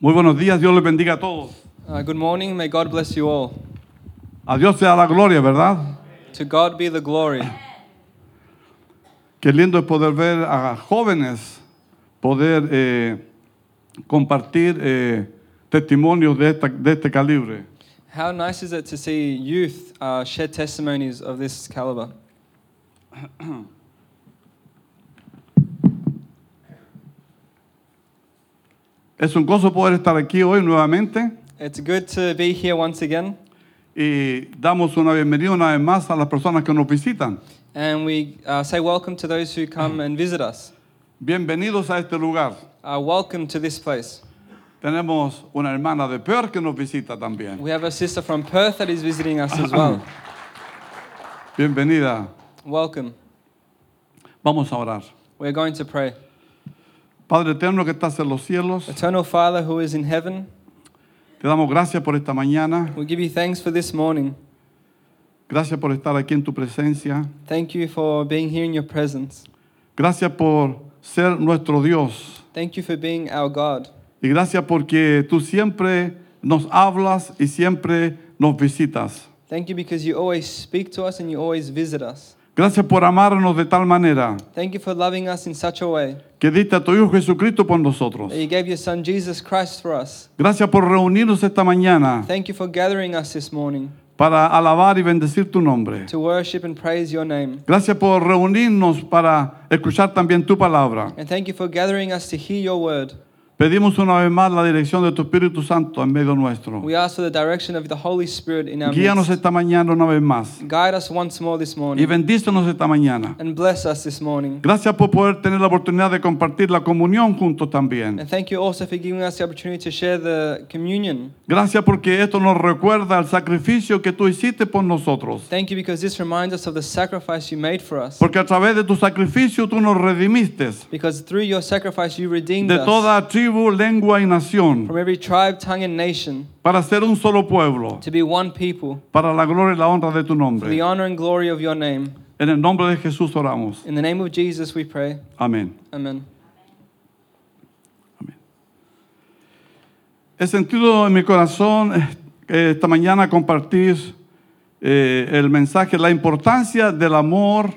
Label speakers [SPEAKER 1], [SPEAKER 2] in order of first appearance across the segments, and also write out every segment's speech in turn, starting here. [SPEAKER 1] Muy buenos días, Dios les bendiga a todos.
[SPEAKER 2] Uh, good morning. May God bless you all.
[SPEAKER 1] A Dios sea la gloria, ¿verdad?
[SPEAKER 2] To God be the glory.
[SPEAKER 1] Qué lindo es poder ver a jóvenes, poder eh, compartir eh, testimonios de, esta- de este calibre.
[SPEAKER 2] How nice is it to see youth uh, share testimonies of this caliber?
[SPEAKER 1] Es un gozo poder estar aquí hoy nuevamente
[SPEAKER 2] It's good to be here once again,
[SPEAKER 1] y damos una bienvenida una vez más a las personas que nos visitan.
[SPEAKER 2] and we uh, say welcome to those who come and visit us.
[SPEAKER 1] Bienvenidos a este lugar.
[SPEAKER 2] Uh, welcome to this place.
[SPEAKER 1] Tenemos una hermana de Peor que nos visita también.
[SPEAKER 2] We have a sister from Perth that is visiting us as well.
[SPEAKER 1] Bienvenida.
[SPEAKER 2] welcome.
[SPEAKER 1] Vamos a orar.
[SPEAKER 2] We're going to pray.
[SPEAKER 1] Padre eterno que estás en los cielos,
[SPEAKER 2] Eternal Father who is in heaven,
[SPEAKER 1] te damos gracias por esta mañana.
[SPEAKER 2] we give you thanks for this morning.
[SPEAKER 1] Gracias por estar aquí en tu presencia.
[SPEAKER 2] Thank you for being here in your presence.
[SPEAKER 1] Gracias por ser nuestro Dios.
[SPEAKER 2] Thank you for being our God.
[SPEAKER 1] Y gracias porque tú siempre nos hablas y siempre nos visitas.
[SPEAKER 2] Thank you because you always speak to us and you always visit us.
[SPEAKER 1] Gracias por amarnos de tal manera
[SPEAKER 2] Thank you for loving us in such a way
[SPEAKER 1] que diste a tu Hijo Jesucristo por nosotros.
[SPEAKER 2] that you gave your son Jesus Christ for us.
[SPEAKER 1] Gracias por reunirnos esta mañana
[SPEAKER 2] Thank you for gathering us this morning
[SPEAKER 1] para alabar y bendecir tu nombre.
[SPEAKER 2] to worship and praise your name.
[SPEAKER 1] Gracias por reunirnos para escuchar también tu palabra.
[SPEAKER 2] And thank you for gathering us to hear your word.
[SPEAKER 1] Pedimos una vez más la dirección de tu Espíritu Santo en medio nuestro.
[SPEAKER 2] We ask for the direction of the Holy Spirit in our
[SPEAKER 1] Guíanos
[SPEAKER 2] midst.
[SPEAKER 1] esta mañana una vez más
[SPEAKER 2] Guide us once more this
[SPEAKER 1] y
[SPEAKER 2] morning
[SPEAKER 1] bendícenos esta mañana.
[SPEAKER 2] and bless us this morning.
[SPEAKER 1] Gracias por poder tener la oportunidad de compartir la comunión juntos también.
[SPEAKER 2] And thank you also for giving us the opportunity to share the communion.
[SPEAKER 1] Gracias porque esto nos recuerda al sacrificio que tú hiciste por nosotros.
[SPEAKER 2] Thank you because this reminds us of the sacrifice you made for us.
[SPEAKER 1] Porque a través de tu sacrificio tú nos redimiste
[SPEAKER 2] Because through your sacrifice you redeemed
[SPEAKER 1] de
[SPEAKER 2] us.
[SPEAKER 1] toda tribu, lengua y nación
[SPEAKER 2] from every tribe, tongue, and nation
[SPEAKER 1] para ser un solo pueblo,
[SPEAKER 2] to be one people
[SPEAKER 1] para la gloria y la honra de tu
[SPEAKER 2] for the
[SPEAKER 1] nombre.
[SPEAKER 2] honor and glory of your name.
[SPEAKER 1] En el nombre de Jesús oramos.
[SPEAKER 2] In the name of Jesus we pray.
[SPEAKER 1] Amén.
[SPEAKER 2] Amen.
[SPEAKER 1] He sentido en mi corazón eh, eh, esta mañana compartir eh, el mensaje, la importancia del amor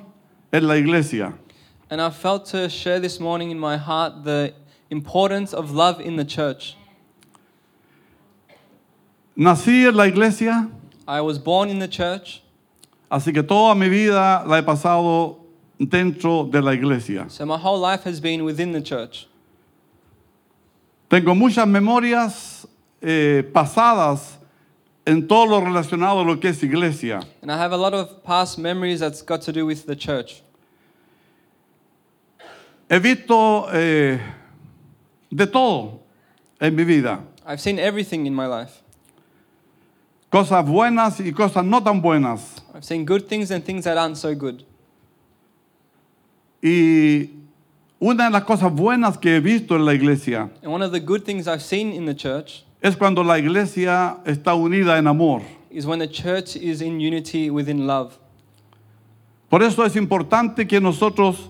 [SPEAKER 1] en la iglesia.
[SPEAKER 2] And I felt to share this morning in my heart the importance of love in the church.
[SPEAKER 1] Nací en la iglesia,
[SPEAKER 2] I was born in the church,
[SPEAKER 1] así que toda mi vida la he pasado dentro de la iglesia.
[SPEAKER 2] so my whole life has been within the church.
[SPEAKER 1] Tengo muchas memorias eh, pasadas en todo lo relacionado a lo que es iglesia.
[SPEAKER 2] And I have a lot of past memories that's got to do with the church.
[SPEAKER 1] He visto eh, de todo en mi vida,
[SPEAKER 2] I've seen everything in my life.
[SPEAKER 1] cosas buenas y cosas no tan buenas.
[SPEAKER 2] I've seen good things and things that aren't so good.
[SPEAKER 1] Y una de las cosas buenas que he visto en la iglesia
[SPEAKER 2] And one of the good things I've seen in the church
[SPEAKER 1] es cuando la iglesia está unida en amor.
[SPEAKER 2] is when the church is in unity within love.
[SPEAKER 1] Por eso es importante que nosotros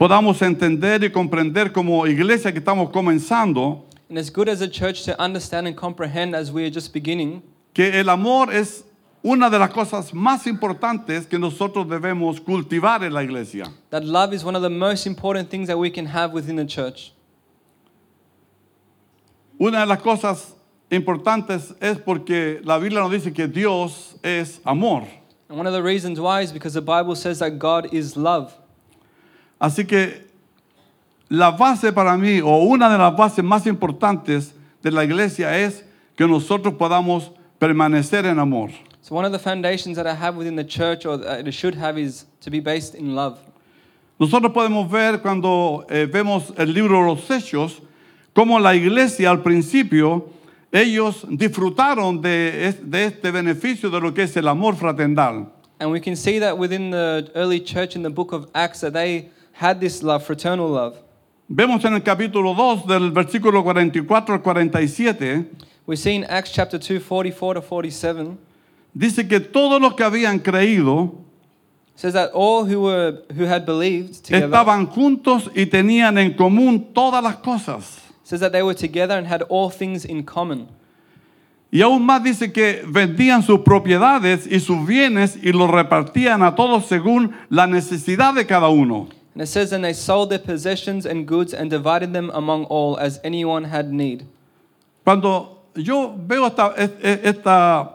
[SPEAKER 1] podamos entender y comprender como iglesia que estamos comenzando
[SPEAKER 2] And it's good as a church to understand and comprehend as we are just beginning
[SPEAKER 1] que el amor es una de las cosas más importantes que nosotros debemos cultivar en la iglesia.
[SPEAKER 2] that love is one of the most important things that we can have within the church.
[SPEAKER 1] Una de las cosas importantes es porque la Biblia nos dice que Dios es amor.
[SPEAKER 2] And one of the reasons why is because the Bible says that God is love.
[SPEAKER 1] Así que la base para mí, o una de las bases más importantes de la iglesia es que nosotros podamos permanecer en amor.
[SPEAKER 2] So one of the foundations that I have within the church or that it should have is to be based in love.
[SPEAKER 1] Nosotros podemos ver cuando eh, vemos el libro de los Hechos, cómo la iglesia al principio, ellos disfrutaron de, es- de este beneficio de lo que es el amor fraternal.
[SPEAKER 2] And we can see that within the early church in the book of Acts that they had this love, fraternal love.
[SPEAKER 1] Vemos en el capítulo 2 del versículo 44 al 47,
[SPEAKER 2] We see in Acts chapter 2 44 to 47
[SPEAKER 1] dice que todos los que habían creído
[SPEAKER 2] it says that all who were who had believed together
[SPEAKER 1] Estaban juntos y tenían en común todas las cosas.
[SPEAKER 2] says that they were together and had all things in common.
[SPEAKER 1] Y aún más dice que vendían sus propiedades y sus bienes y los repartían a todos según la necesidad de cada uno.
[SPEAKER 2] And it says, And they sold their possessions and goods and divided them among all as anyone had need.
[SPEAKER 1] Cuando yo veo esta, es- es- esta,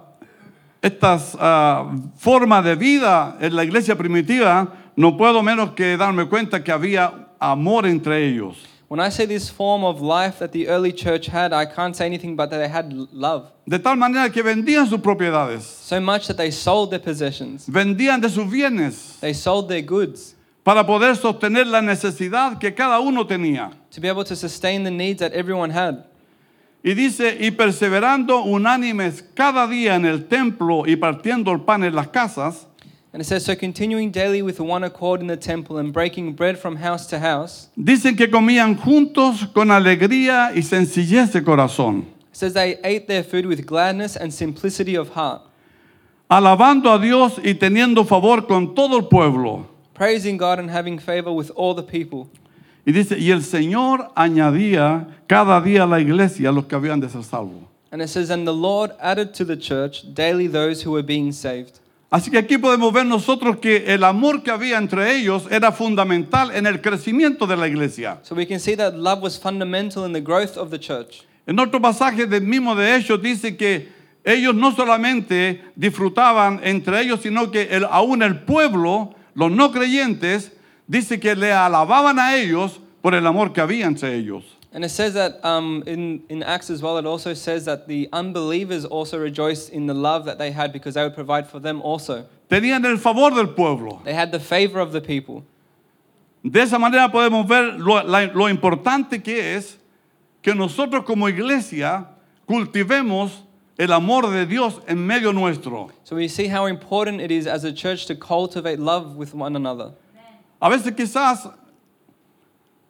[SPEAKER 1] estas ah, forma de vida en la iglesia primitiva, no puedo menos que darme cuenta que había amor entre ellos.
[SPEAKER 2] When I say this form of life that the early church had, I can't say anything but that they had l- love.
[SPEAKER 1] De tal manera que vendían sus propiedades,
[SPEAKER 2] So much that they sold their possessions,
[SPEAKER 1] vendían de sus bienes
[SPEAKER 2] they sold their goods
[SPEAKER 1] para poder sostener la necesidad que cada uno tenía.
[SPEAKER 2] to be able to sustain the needs that everyone had.
[SPEAKER 1] Y dice, y perseverando unánimes cada día en el templo y partiendo el pan en las casas,
[SPEAKER 2] And it says, So continuing daily with one accord in the temple and breaking bread from house to house,
[SPEAKER 1] dicen que comían juntos con alegría y sencillez de corazón,
[SPEAKER 2] it says they ate their food with gladness and simplicity of heart,
[SPEAKER 1] alabando a Dios y teniendo favor con todo el pueblo.
[SPEAKER 2] praising God and having favor with all the people.
[SPEAKER 1] Y dice, y el Señor añadía cada día a la iglesia los que habían de ser salvos.
[SPEAKER 2] And it says, And the Lord added to the church daily those who were being saved.
[SPEAKER 1] Así que aquí podemos ver nosotros que el amor que había entre ellos era fundamental en el crecimiento de la iglesia.
[SPEAKER 2] So we can see that love was fundamental in the growth of the church.
[SPEAKER 1] En otro pasaje del mismo de Hechos dice que ellos no solamente disfrutaban entre ellos, sino que el- aún el pueblo, los no creyentes, dice que le alababan a ellos por el amor que había entre ellos.
[SPEAKER 2] And it says that um, in, in Acts as well, it also says that the unbelievers also rejoiced in the love that they had because they would provide for them also.
[SPEAKER 1] Tenían el favor del pueblo.
[SPEAKER 2] They had the favor of the people.
[SPEAKER 1] De esa manera podemos ver lo, la- lo importante que es que nosotros como iglesia cultivemos el amor de Dios en medio nuestro.
[SPEAKER 2] So we see how important it is as a church to cultivate love with one another.
[SPEAKER 1] A veces quizás,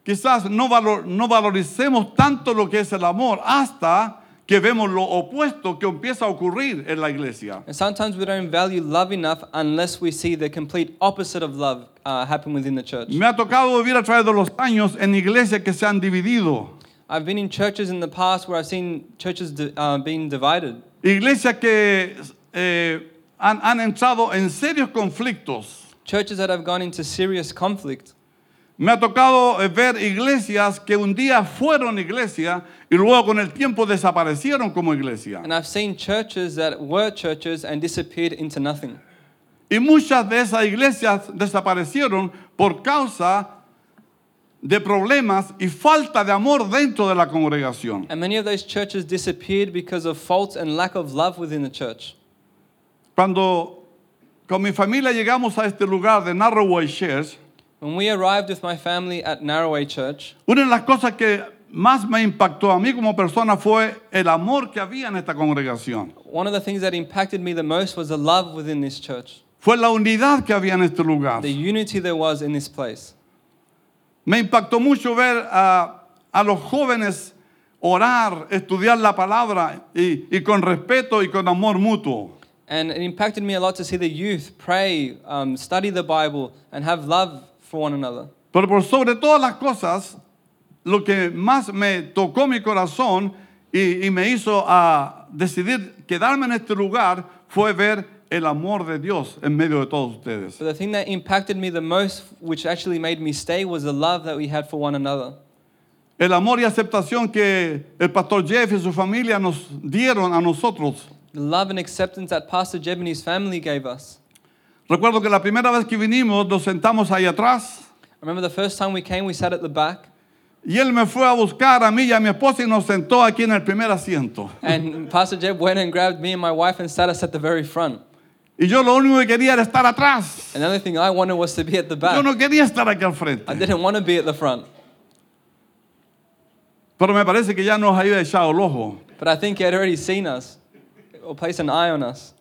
[SPEAKER 1] quizás no, valor- no valoricemos tanto lo que es el amor hasta que vemos lo opuesto que empieza a ocurrir en la iglesia.
[SPEAKER 2] And sometimes we don't value love enough unless we see the complete opposite of love uh, happen within the church.
[SPEAKER 1] Me ha tocado vivir a través de los años en iglesias que se han dividido,
[SPEAKER 2] I've been in churches in the past where I've seen churches di- uh, being divided,
[SPEAKER 1] iglesias que eh, han, han entrado en serios conflictos.
[SPEAKER 2] churches that have gone into serious conflict.
[SPEAKER 1] Me ha tocado eh, ver iglesias que un día fueron iglesia y luego con el tiempo desaparecieron como iglesia.
[SPEAKER 2] And I've seen churches that were churches and disappeared into nothing.
[SPEAKER 1] Y muchas de esas iglesias desaparecieron por causa de problemas y falta de amor dentro de la congregación.
[SPEAKER 2] And many of those churches disappeared because of faults and lack of love within the church.
[SPEAKER 1] Cuando con mi familia llegamos a este lugar de Narrowway Church,
[SPEAKER 2] When we arrived with my family at Narroway Church,
[SPEAKER 1] una de las cosas que más me impactó a mí como persona fue el amor que había en esta congregación.
[SPEAKER 2] one of the things that impacted me the most was the love within this church,
[SPEAKER 1] Fue la unidad que había en este lugar.
[SPEAKER 2] the unity there was in this place.
[SPEAKER 1] Me impactó mucho ver a, a los jóvenes orar, estudiar la palabra y- y con respeto y con amor mutuo.
[SPEAKER 2] And it impacted me a lot to see the youth pray, um, study the Bible, and have love for one another.
[SPEAKER 1] Pero por sobre todas las cosas, lo que más me tocó mi corazón y, y me hizo a decidir quedarme en este lugar fue ver el amor de Dios en medio de todos ustedes.
[SPEAKER 2] But the thing that impacted me the most, which actually made me stay, was the love that we had for one another.
[SPEAKER 1] El amor y aceptación que el pastor Jeff y su familia nos dieron a nosotros.
[SPEAKER 2] The love and acceptance that Pastor Jeb and his family gave us.
[SPEAKER 1] Recuerdo que la primera vez que vinimos nos sentamos ahí atrás
[SPEAKER 2] I remember the first time we came, we sat at the back,
[SPEAKER 1] y él me fue a buscar a mí y a mi esposa y nos sentó aquí en el primer asiento.
[SPEAKER 2] and Pastor Jeb went and grabbed me and my wife and sat us at the very front.
[SPEAKER 1] Y yo lo único que quería era estar atrás.
[SPEAKER 2] Another thing I wanted was to be at the
[SPEAKER 1] Yo
[SPEAKER 2] back.
[SPEAKER 1] no quería estar aquí al frente.
[SPEAKER 2] I didn't want to be at the front,
[SPEAKER 1] Pero me parece que ya nos había echado el ojo.
[SPEAKER 2] but I think he had already seen us or placed an eye on us.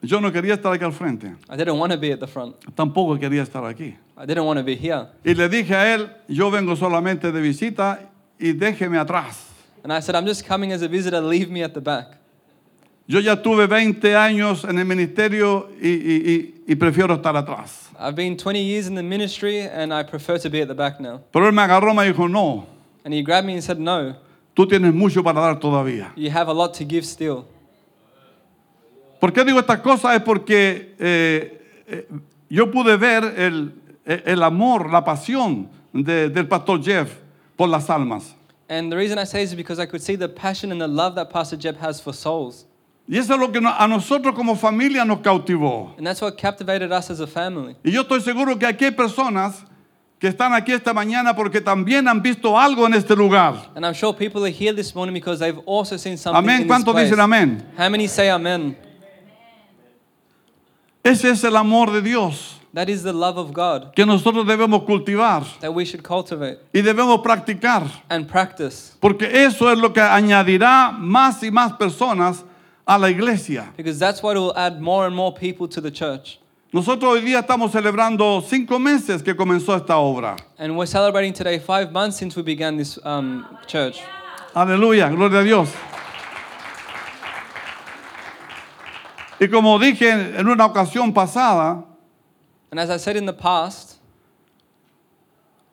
[SPEAKER 1] Yo no quería estar aquí al frente.
[SPEAKER 2] I didn't want to be at the front.
[SPEAKER 1] Tampoco quería estar aquí.
[SPEAKER 2] I didn't want to be here.
[SPEAKER 1] Y le dije a él, yo vengo solamente de visita y déjeme atrás.
[SPEAKER 2] And I said, I'm just coming as a visitor, leave me at the back.
[SPEAKER 1] Yo ya tuve 20 años en el ministerio y, y- y- y prefiero estar atrás.
[SPEAKER 2] I've been 20 years in the ministry and I prefer to be at the back now.
[SPEAKER 1] Pero él me agarró y me dijo, no,
[SPEAKER 2] And he grabbed me and said, No,
[SPEAKER 1] Tú tienes mucho para dar todavía.
[SPEAKER 2] you have a lot to give still.
[SPEAKER 1] ¿Por qué digo estas cosas? Es porque eh, eh, yo pude ver el, el amor, la pasión de- del pastor Jeff por las almas.
[SPEAKER 2] And the reason I say this is because I could see the passion and the love that Pastor Jeb has for souls.
[SPEAKER 1] Y eso es lo que no- a nosotros como familia nos cautivó.
[SPEAKER 2] And that's what captivated us as a family.
[SPEAKER 1] Y yo estoy seguro que aquí hay personas que están aquí esta mañana porque también han visto algo en este lugar.
[SPEAKER 2] And I'm sure people are here this morning because they've also seen something
[SPEAKER 1] Amén.
[SPEAKER 2] in this
[SPEAKER 1] ¿Cuántos
[SPEAKER 2] place.
[SPEAKER 1] dicen amén?
[SPEAKER 2] How many say amen?
[SPEAKER 1] Ese es el amor de Dios
[SPEAKER 2] That is the love of God
[SPEAKER 1] que nosotros debemos cultivar
[SPEAKER 2] that we should cultivate
[SPEAKER 1] y debemos practicar.
[SPEAKER 2] and practice
[SPEAKER 1] Porque eso es lo que añadirá más y más personas a la iglesia.
[SPEAKER 2] because that's what will add more and more people to the church.
[SPEAKER 1] Nosotros hoy día estamos celebrando cinco meses que comenzó esta obra.
[SPEAKER 2] And we're celebrating today five months since we began this um, church.
[SPEAKER 1] Aleluya, gloria a Dios. Y como dije en una ocasión pasada,
[SPEAKER 2] And as I said in the past,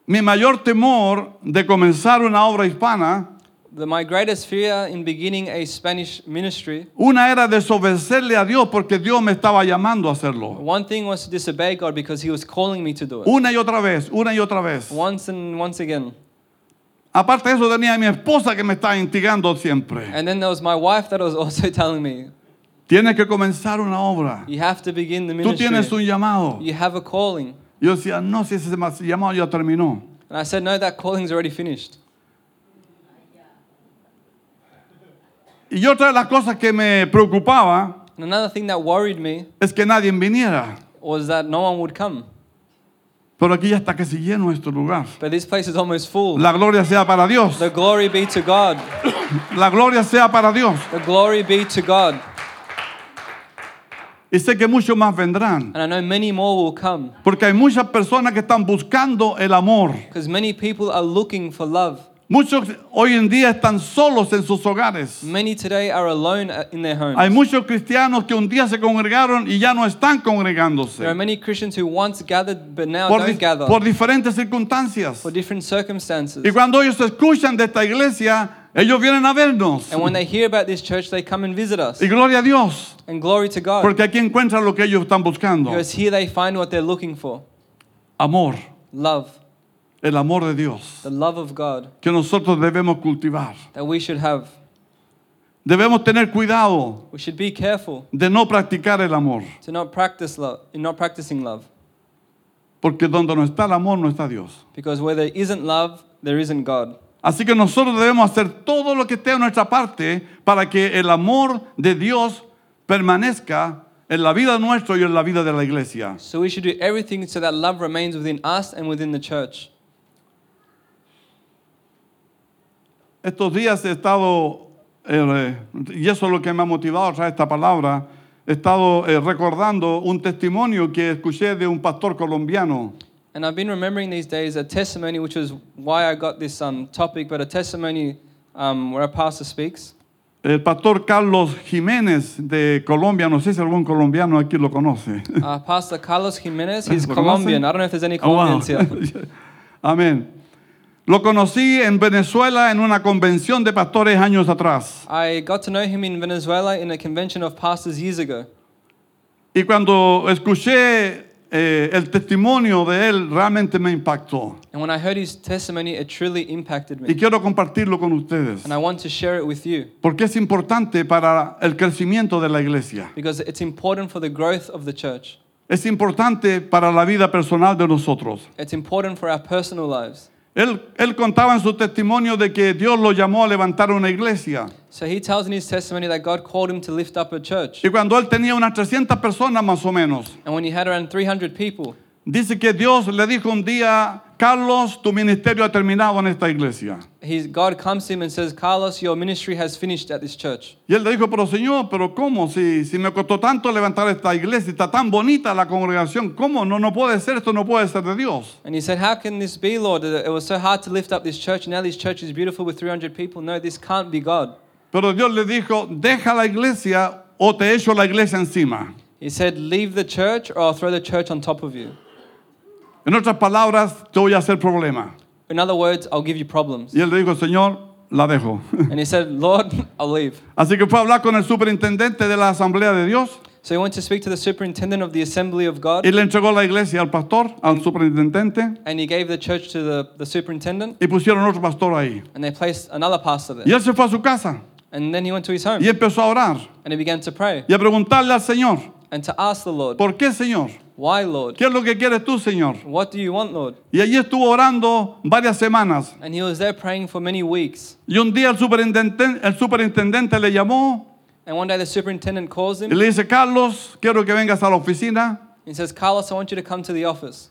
[SPEAKER 1] mi mayor temor de comenzar una obra hispana,
[SPEAKER 2] the, my greatest fear in beginning a Spanish ministry,
[SPEAKER 1] una era desobedecerle a Dios porque Dios me estaba llamando a hacerlo.
[SPEAKER 2] one thing was to disobey God because He was calling me to do it.
[SPEAKER 1] Una y otra vez, una y otra vez.
[SPEAKER 2] Once and once again.
[SPEAKER 1] Aparte de eso tenía a mi esposa que me estaba instigando siempre.
[SPEAKER 2] And then there was my wife that was also telling me,
[SPEAKER 1] Tienes que comenzar una obra.
[SPEAKER 2] You have to begin the
[SPEAKER 1] Tú
[SPEAKER 2] ministry.
[SPEAKER 1] tienes un llamado.
[SPEAKER 2] You have a calling.
[SPEAKER 1] Yo decía, no, si ese llamado ya terminó.
[SPEAKER 2] And I said, No, that calling's already finished.
[SPEAKER 1] Y otra de las cosas que me preocupaba
[SPEAKER 2] And another thing that worried me
[SPEAKER 1] es que nadie viniera.
[SPEAKER 2] was that no one would come.
[SPEAKER 1] Pero aquí ya está casi lleno este lugar.
[SPEAKER 2] But this place is almost full.
[SPEAKER 1] La gloria sea para Dios.
[SPEAKER 2] The glory be to God.
[SPEAKER 1] La gloria sea para Dios.
[SPEAKER 2] The glory be to God.
[SPEAKER 1] Y sé que muchos más vendrán.
[SPEAKER 2] And I know many more will come
[SPEAKER 1] Porque hay muchas personas que están buscando el amor.
[SPEAKER 2] because many people are looking for love.
[SPEAKER 1] Muchos hoy en día están solos en sus hogares.
[SPEAKER 2] Many today are alone uh, in their homes.
[SPEAKER 1] Hay muchos cristianos que un día se congregaron y ya no están
[SPEAKER 2] there are
[SPEAKER 1] congregándose.
[SPEAKER 2] many Christians who once gathered but now
[SPEAKER 1] Por,
[SPEAKER 2] don't
[SPEAKER 1] di-
[SPEAKER 2] gather
[SPEAKER 1] por diferentes circunstancias.
[SPEAKER 2] for different circumstances.
[SPEAKER 1] Y cuando ellos escuchan de esta iglesia, ellos vienen a vernos.
[SPEAKER 2] and when they hear about this church, they come and visit us.
[SPEAKER 1] Y gloria a Dios.
[SPEAKER 2] and glory to God.
[SPEAKER 1] Porque aquí encuentran lo que ellos están buscando.
[SPEAKER 2] Because here they find what they're looking for
[SPEAKER 1] Amor,
[SPEAKER 2] love,
[SPEAKER 1] el amor de Dios
[SPEAKER 2] the love of God
[SPEAKER 1] que nosotros debemos cultivar.
[SPEAKER 2] that we should have.
[SPEAKER 1] Debemos tener cuidado
[SPEAKER 2] We should be careful
[SPEAKER 1] de no practicar el amor,
[SPEAKER 2] to not practice love, in not practicing love.
[SPEAKER 1] porque donde no está el amor no está Dios.
[SPEAKER 2] Because where there isn't love, there isn't God.
[SPEAKER 1] Así que nosotros debemos hacer todo lo que esté a nuestra parte para que el amor de Dios permanezca en la vida nuestra y en la vida de la iglesia.
[SPEAKER 2] So we should do everything so that love remains within us and within the church.
[SPEAKER 1] Estos días he estado, eh, y eso es lo que me ha motivado a traer esta palabra, he estado eh, recordando un testimonio que escuché de un pastor colombiano.
[SPEAKER 2] And I've been remembering these days a testimony, which is why I got this um, topic, but a testimony um, where a pastor speaks.
[SPEAKER 1] El pastor Carlos Jiménez de Colombia, no sé si algún colombiano aquí lo conoce.
[SPEAKER 2] Uh, pastor Carlos Jimenez, he's
[SPEAKER 1] Lo conocen?
[SPEAKER 2] Colombian. I don't know if there's any
[SPEAKER 1] Oh, wow.
[SPEAKER 2] Colombians here.
[SPEAKER 1] Amén. Lo conocí en Venezuela en una convención de pastores años atrás.
[SPEAKER 2] I got to know him in Venezuela in a convention of pastors years ago.
[SPEAKER 1] Y cuando escuché eh, el testimonio de él, realmente me impactó.
[SPEAKER 2] And when I heard his testimony, it truly impacted
[SPEAKER 1] Y
[SPEAKER 2] me.
[SPEAKER 1] quiero compartirlo con ustedes.
[SPEAKER 2] And I want to share it with you
[SPEAKER 1] Porque es importante para el crecimiento de la iglesia.
[SPEAKER 2] because it's important for the growth of the church.
[SPEAKER 1] Es importante para la vida personal de nosotros.
[SPEAKER 2] It's important for our personal lives.
[SPEAKER 1] Él, él contaba en su testimonio de que Dios lo llamó a levantar una iglesia.
[SPEAKER 2] So he tells in his testimony that God called him to lift up a church.
[SPEAKER 1] Y cuando él tenía unas 300 personas más o menos,
[SPEAKER 2] And when he had around 300 people,
[SPEAKER 1] dice que Dios le dijo un día, Carlos, tu ministerio ha terminado en esta iglesia.
[SPEAKER 2] he's, God comes to him and says, Carlos, your ministry has finished at this church.
[SPEAKER 1] Y él le dijo, pero Señor, pero ¿cómo? Si, si me costó tanto levantar esta iglesia, está tan bonita la congregación, ¿cómo? No, no puede ser, esto no puede ser de Dios.
[SPEAKER 2] And he said, How can this be, Lord? It was so hard to lift up this church. Now this church is beautiful with 300 people. No, this can't be God.
[SPEAKER 1] Pero Dios le dijo, deja la iglesia o te echo la iglesia encima.
[SPEAKER 2] He said, Leave the church or I'll throw the church on top of you.
[SPEAKER 1] En otras palabras, te voy a hacer problema.
[SPEAKER 2] In other words, I'll give you problems.
[SPEAKER 1] Y él le dijo, Señor, la dejo.
[SPEAKER 2] And he said, Lord, I'll leave.
[SPEAKER 1] Así que fue a hablar con el superintendente de la Asamblea de Dios
[SPEAKER 2] So he went to speak to the superintendent of the Assembly of God,
[SPEAKER 1] y le entregó la iglesia al pastor, al superintendente,
[SPEAKER 2] and he gave the church to the, the superintendent,
[SPEAKER 1] y pusieron otro pastor ahí.
[SPEAKER 2] and they placed another pastor
[SPEAKER 1] Y
[SPEAKER 2] there.
[SPEAKER 1] él se fue a su casa
[SPEAKER 2] And then he went to his home,
[SPEAKER 1] y empezó a orar
[SPEAKER 2] and he began to pray,
[SPEAKER 1] y a preguntarle al Señor,
[SPEAKER 2] and to ask the Lord,
[SPEAKER 1] ¿por qué Señor?
[SPEAKER 2] Why, Lord?
[SPEAKER 1] ¿Qué es lo que quieres tú, Señor?
[SPEAKER 2] What do you want, Lord?
[SPEAKER 1] Y allí estuvo orando varias semanas.
[SPEAKER 2] And he was there praying for many weeks.
[SPEAKER 1] Y un día el superintendente, el superintendente le llamó
[SPEAKER 2] And one day the superintendent calls
[SPEAKER 1] y
[SPEAKER 2] him
[SPEAKER 1] le dice, Carlos, quiero que vengas a la oficina.
[SPEAKER 2] and says, Carlos, I want you to come to the office.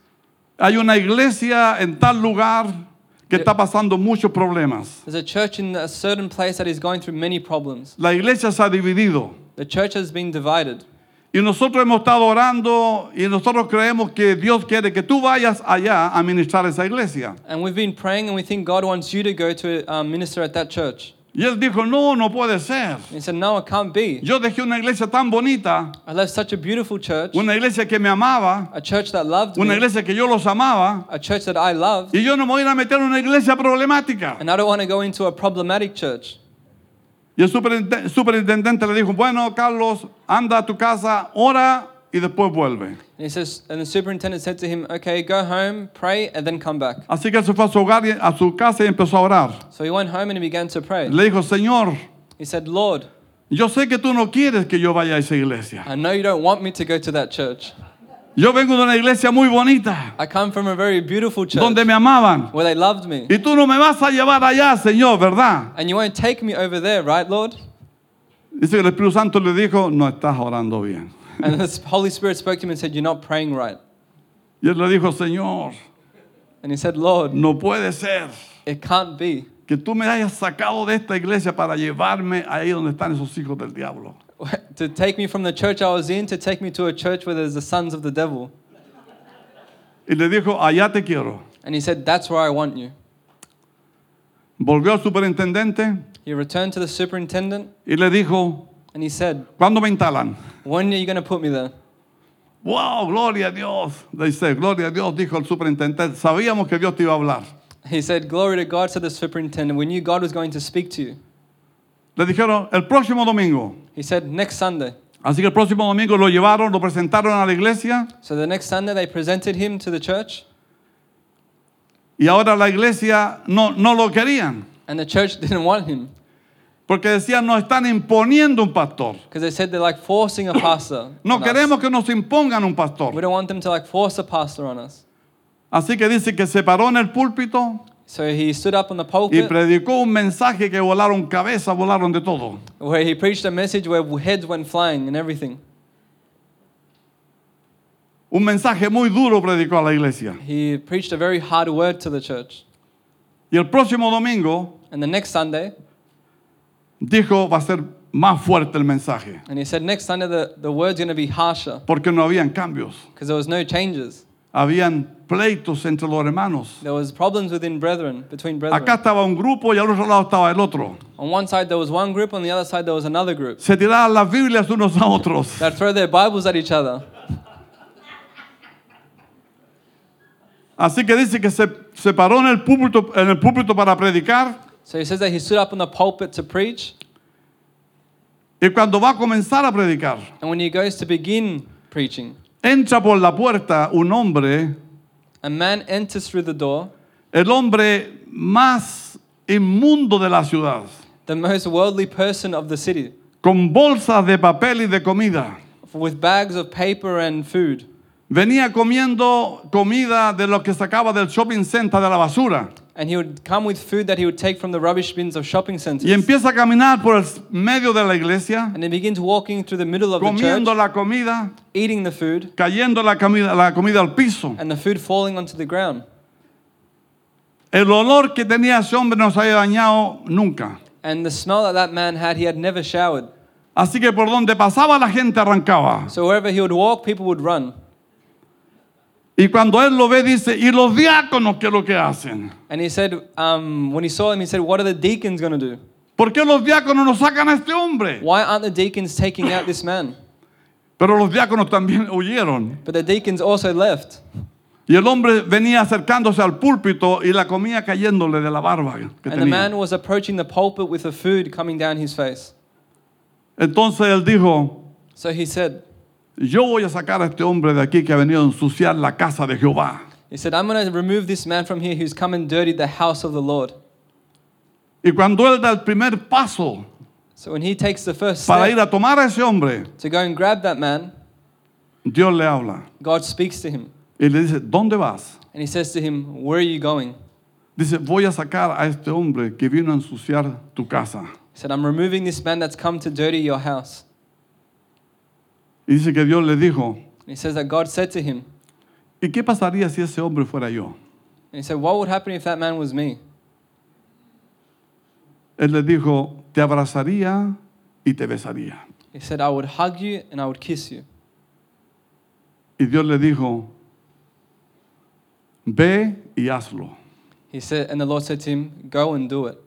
[SPEAKER 1] Hay una iglesia en tal lugar que está pasando muchos problemas.
[SPEAKER 2] There's a church in a certain place that is going through many problems.
[SPEAKER 1] La iglesia se ha dividido.
[SPEAKER 2] The church has been divided.
[SPEAKER 1] Y nosotros hemos estado orando y nosotros creemos que Dios quiere que tú vayas allá a ministrar esa iglesia.
[SPEAKER 2] And we've been praying and we think God wants you to go to um, minister at that church.
[SPEAKER 1] Y él dijo, no, no puede ser.
[SPEAKER 2] And he said, No, it can't be.
[SPEAKER 1] Yo dejé una iglesia tan bonita,
[SPEAKER 2] I left such a beautiful church,
[SPEAKER 1] una iglesia que me amaba,
[SPEAKER 2] a church that loved
[SPEAKER 1] una
[SPEAKER 2] me,
[SPEAKER 1] iglesia que yo los amaba,
[SPEAKER 2] a church that I loved,
[SPEAKER 1] y yo no me voy a ir a meter en una iglesia problemática.
[SPEAKER 2] and I don't want to go into a problematic church.
[SPEAKER 1] Y el superinte- superintendente le dijo, bueno, Carlos, anda a tu casa, ora y después vuelve.
[SPEAKER 2] And he says, and the superintendent said to him, Okay, go home, pray, and then come back.
[SPEAKER 1] Así que él se fue a su hogar, y- a su casa y empezó a orar.
[SPEAKER 2] So he went home and he began to pray.
[SPEAKER 1] Le dijo, Señor,
[SPEAKER 2] He said, Lord,
[SPEAKER 1] yo sé que tú no quieres que yo vaya a esa iglesia.
[SPEAKER 2] I know you don't want me to go to that church.
[SPEAKER 1] Yo vengo de una iglesia muy bonita,
[SPEAKER 2] I come from a very beautiful church
[SPEAKER 1] donde me amaban.
[SPEAKER 2] where they loved me.
[SPEAKER 1] Y tú no me vas a llevar allá, Señor, ¿verdad?
[SPEAKER 2] And you won't take me over there, right, Lord?
[SPEAKER 1] Dice que el Espíritu Santo le dijo, no estás orando bien.
[SPEAKER 2] And the Holy Spirit spoke to him and said, You're not praying right.
[SPEAKER 1] Y él le dijo, Señor,
[SPEAKER 2] And he said, Lord,
[SPEAKER 1] no puede ser
[SPEAKER 2] it can't be.
[SPEAKER 1] que tú me hayas sacado de esta iglesia para llevarme ahí donde están esos hijos del diablo.
[SPEAKER 2] To take me from the church I was in to take me to a church where there's the sons of the devil.
[SPEAKER 1] Y le dijo, allá te quiero.
[SPEAKER 2] And he said, That's where I want you.
[SPEAKER 1] Volvió al superintendente
[SPEAKER 2] He returned to the superintendent
[SPEAKER 1] y le dijo,
[SPEAKER 2] and he said,
[SPEAKER 1] ¿cuándo me instalan?
[SPEAKER 2] When are you going to put me there?
[SPEAKER 1] ¡Wow! ¡Gloria a Dios! Le dice, gloria a Dios, dijo el superintendente. Sabíamos que Dios te iba a hablar.
[SPEAKER 2] He said, Glory to God, said the superintendent. We knew God was going to speak to you.
[SPEAKER 1] Le dijeron, el próximo domingo.
[SPEAKER 2] He said, Next Sunday.
[SPEAKER 1] Así que el próximo domingo lo llevaron, lo presentaron a la iglesia
[SPEAKER 2] So the next Sunday, they presented him to the church,
[SPEAKER 1] y ahora la iglesia no, no lo querían.
[SPEAKER 2] and the church didn't want him
[SPEAKER 1] Porque decían, nos están imponiendo un pastor.
[SPEAKER 2] because they said they're like forcing a pastor.
[SPEAKER 1] No
[SPEAKER 2] on us.
[SPEAKER 1] queremos que nos impongan un
[SPEAKER 2] We
[SPEAKER 1] pastor.
[SPEAKER 2] don't want them to like force a pastor on us.
[SPEAKER 1] Así que dice que se paró en el púlpito
[SPEAKER 2] So he stood up on the
[SPEAKER 1] y
[SPEAKER 2] pulpit
[SPEAKER 1] predicó un mensaje que volaron cabezas, volaron de todo.
[SPEAKER 2] where he preached a message where heads went flying and everything.
[SPEAKER 1] Un mensaje muy duro predicó a la iglesia.
[SPEAKER 2] He preached a very hard word to the church.
[SPEAKER 1] Y el próximo domingo
[SPEAKER 2] And the next Sunday,
[SPEAKER 1] dijo, va a ser más fuerte el mensaje.
[SPEAKER 2] and he said, Next Sunday, the, the word's going to be harsher
[SPEAKER 1] Porque no habían cambios.
[SPEAKER 2] because there was no changes.
[SPEAKER 1] Habían pleitos entre los hermanos.
[SPEAKER 2] There was problems within brethren, between brethren.
[SPEAKER 1] Acá estaba un grupo y al otro lado estaba el otro.
[SPEAKER 2] On one side, there was one group, on the other side, there was another group.
[SPEAKER 1] Se tiraban las Biblias unos a otros.
[SPEAKER 2] They'd throw their Bibles at each other.
[SPEAKER 1] Así que dice que se, se paró en el, púlpito, en el púlpito para predicar
[SPEAKER 2] So he says that he stood up on the pulpit to preach,
[SPEAKER 1] y cuando va a comenzar a predicar,
[SPEAKER 2] and when he goes to begin preaching,
[SPEAKER 1] entra por la puerta un hombre,
[SPEAKER 2] a man enters through the door,
[SPEAKER 1] el hombre más inmundo de la ciudad,
[SPEAKER 2] the most worldly person of the city,
[SPEAKER 1] con bolsas de papel y de comida.
[SPEAKER 2] with bags of paper and food.
[SPEAKER 1] Venía comiendo comida de lo que sacaba del shopping center de la basura
[SPEAKER 2] And he would come with food that he would take from the rubbish bins of shopping centers.
[SPEAKER 1] y empieza a caminar por el medio de la iglesia,
[SPEAKER 2] And he begins walking through the middle of the
[SPEAKER 1] comiendo
[SPEAKER 2] church,
[SPEAKER 1] la comida,
[SPEAKER 2] eating the food,
[SPEAKER 1] cayendo la comida, la comida al piso.
[SPEAKER 2] and the food falling onto the ground.
[SPEAKER 1] El olor que tenía ese hombre no se había dañado nunca.
[SPEAKER 2] And the smell that that man had, he had never showered.
[SPEAKER 1] Así que por donde pasaba la gente arrancaba.
[SPEAKER 2] So wherever he would walk, people would run.
[SPEAKER 1] Y cuando él lo ve dice, ¿y los diáconos qué es lo que hacen?
[SPEAKER 2] And he said, um, when he saw him, he said, What are the deacons going to do?
[SPEAKER 1] ¿Por qué los diáconos no sacan a este hombre?
[SPEAKER 2] Why aren't the deacons taking out this man?
[SPEAKER 1] Pero los diáconos también huyeron.
[SPEAKER 2] But the deacons also left.
[SPEAKER 1] Y el hombre venía acercándose al púlpito y la comía cayéndole de la barba que
[SPEAKER 2] And the man
[SPEAKER 1] tenía.
[SPEAKER 2] was approaching the pulpit with the food coming down his face.
[SPEAKER 1] Entonces él dijo,
[SPEAKER 2] So he said,
[SPEAKER 1] yo voy a sacar a este hombre de aquí que ha venido a ensuciar la casa de Jehová.
[SPEAKER 2] He said, I'm going to remove this man from here who's come and dirtied the house of the Lord.
[SPEAKER 1] Y cuando él da el primer paso
[SPEAKER 2] So when he takes the first
[SPEAKER 1] para ir
[SPEAKER 2] step
[SPEAKER 1] a tomar a ese hombre,
[SPEAKER 2] to go and grab that man,
[SPEAKER 1] Dios le habla
[SPEAKER 2] God speaks to him
[SPEAKER 1] y le dice, ¿dónde vas?
[SPEAKER 2] and he says to him, Where are you going? He
[SPEAKER 1] Dice, voy a sacar a este hombre que vino a ensuciar tu casa.
[SPEAKER 2] said, I'm removing this man that's come to dirty your house.
[SPEAKER 1] Y dice que Dios le dijo,
[SPEAKER 2] And he says that God said to him,
[SPEAKER 1] ¿y qué pasaría si ese hombre fuera yo?
[SPEAKER 2] and he said, What would happen if that man was me?
[SPEAKER 1] Él le dijo, te abrazaría y te besaría.
[SPEAKER 2] He said, I would hug you and I would kiss you.
[SPEAKER 1] Y Dios le dijo, ve y hazlo.
[SPEAKER 2] He said, and the Lord said to him, Go and do it.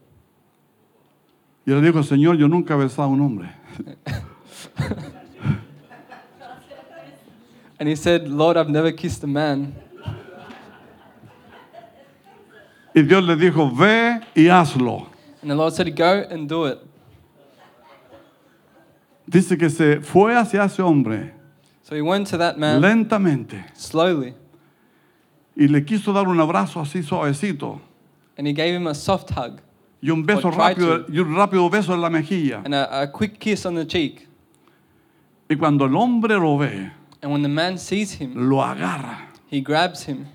[SPEAKER 1] Y él le dijo, Señor, yo nunca he besado a un hombre.
[SPEAKER 2] And he said, Lord, I've never kissed a man.
[SPEAKER 1] Y Dios le dijo, ve y hazlo.
[SPEAKER 2] And the Lord said, Go and do it.
[SPEAKER 1] Dice que se fue hacia ese hombre
[SPEAKER 2] So he went to that man
[SPEAKER 1] lentamente
[SPEAKER 2] slowly
[SPEAKER 1] y le quiso dar un abrazo así suavecito
[SPEAKER 2] and he gave him a soft hug
[SPEAKER 1] y un beso
[SPEAKER 2] Or try
[SPEAKER 1] rápido
[SPEAKER 2] to.
[SPEAKER 1] y un rápido beso en la mejilla.
[SPEAKER 2] and a, a quick kiss on the cheek.
[SPEAKER 1] Y cuando el hombre lo ve,
[SPEAKER 2] And when the man sees him,
[SPEAKER 1] lo agarra
[SPEAKER 2] he grabs him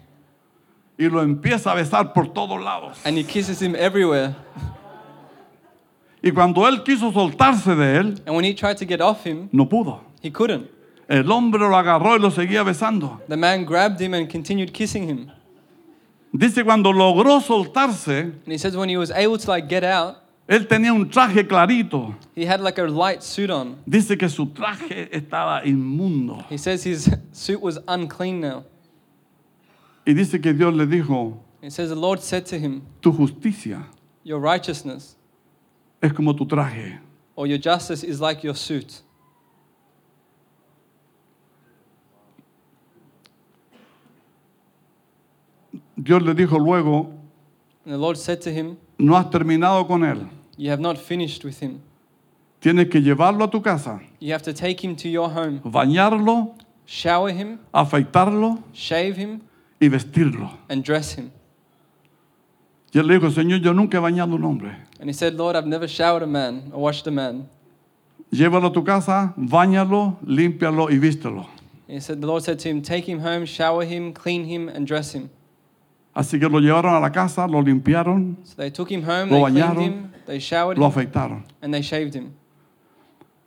[SPEAKER 1] y lo empieza a besar por todos lados.
[SPEAKER 2] and he kisses him everywhere.
[SPEAKER 1] Y cuando él quiso soltarse de él,
[SPEAKER 2] And when he tried to get off him,
[SPEAKER 1] no pudo.
[SPEAKER 2] he couldn't.
[SPEAKER 1] El hombre lo agarró y lo seguía besando.
[SPEAKER 2] The man grabbed him and continued kissing him.
[SPEAKER 1] Dice cuando logró soltarse,
[SPEAKER 2] And he says when he was able to like get out,
[SPEAKER 1] él tenía un traje clarito.
[SPEAKER 2] he had like a light suit on.
[SPEAKER 1] Dice que su traje estaba inmundo.
[SPEAKER 2] He says his suit was unclean now.
[SPEAKER 1] Y dice que Dios le dijo,
[SPEAKER 2] He says the Lord said to him,
[SPEAKER 1] tu justicia
[SPEAKER 2] Your righteousness
[SPEAKER 1] es como tu traje.
[SPEAKER 2] or your justice is like your suit.
[SPEAKER 1] Dios le dijo luego,
[SPEAKER 2] And the Lord said to him,
[SPEAKER 1] no has terminado con él.
[SPEAKER 2] You have not finished with him.
[SPEAKER 1] Tienes que llevarlo a tu casa,
[SPEAKER 2] You have to take him to your home,
[SPEAKER 1] bañarlo,
[SPEAKER 2] shower him,
[SPEAKER 1] afeitarlo
[SPEAKER 2] shave him,
[SPEAKER 1] y vestirlo.
[SPEAKER 2] and dress him.
[SPEAKER 1] Y él le dijo, Señor, yo nunca he bañado a un hombre.
[SPEAKER 2] And he said, Lord, I've never showered a man or washed a man.
[SPEAKER 1] Llévalo a tu casa, bañalo, límpialo y vístelo.
[SPEAKER 2] And he said, The Lord said to him, Take him home, shower him, clean him, and dress him.
[SPEAKER 1] Así que lo llevaron a la casa, lo limpiaron,
[SPEAKER 2] So they took him home,
[SPEAKER 1] Lo
[SPEAKER 2] they cleaned
[SPEAKER 1] bañaron,
[SPEAKER 2] him, they showered
[SPEAKER 1] lo
[SPEAKER 2] him,
[SPEAKER 1] afeitaron.
[SPEAKER 2] and they shaved him.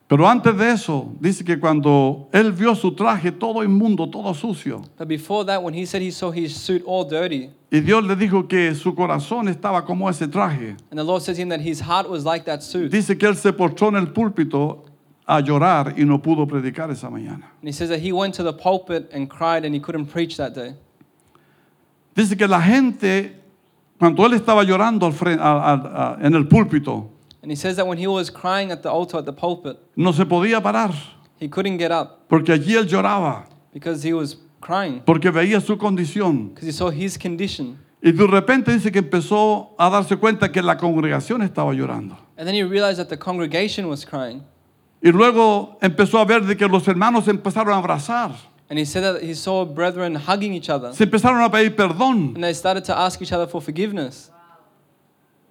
[SPEAKER 1] Pero antes de eso, dice que cuando él vio su traje todo inmundo, todo sucio,
[SPEAKER 2] But before that, when he said he saw his suit all dirty,
[SPEAKER 1] y Dios le dijo que su corazón estaba como ese traje,
[SPEAKER 2] and the Lord said to him that his heart was like that suit.
[SPEAKER 1] dice que él se postró en el púlpito a llorar y no pudo predicar esa mañana.
[SPEAKER 2] And he says that he went to the pulpit and cried and he couldn't preach that day.
[SPEAKER 1] Dice que la gente, cuando él estaba llorando al fren- al- al- a- en el púlpito,
[SPEAKER 2] And he says that when he was crying at the altar at the pulpit,
[SPEAKER 1] no se podía parar,
[SPEAKER 2] he couldn't get up
[SPEAKER 1] porque allí él lloraba,
[SPEAKER 2] because he was crying,
[SPEAKER 1] porque veía su condición.
[SPEAKER 2] because he saw his condition.
[SPEAKER 1] Y de repente dice que empezó a darse cuenta que la congregación estaba llorando.
[SPEAKER 2] And then he realized that the congregation was crying.
[SPEAKER 1] Y luego empezó a ver de que los hermanos se empezaron a abrazar,
[SPEAKER 2] And he said that he saw brethren hugging each other.
[SPEAKER 1] se empezaron a pedir perdón.
[SPEAKER 2] And they started to ask each other for forgiveness.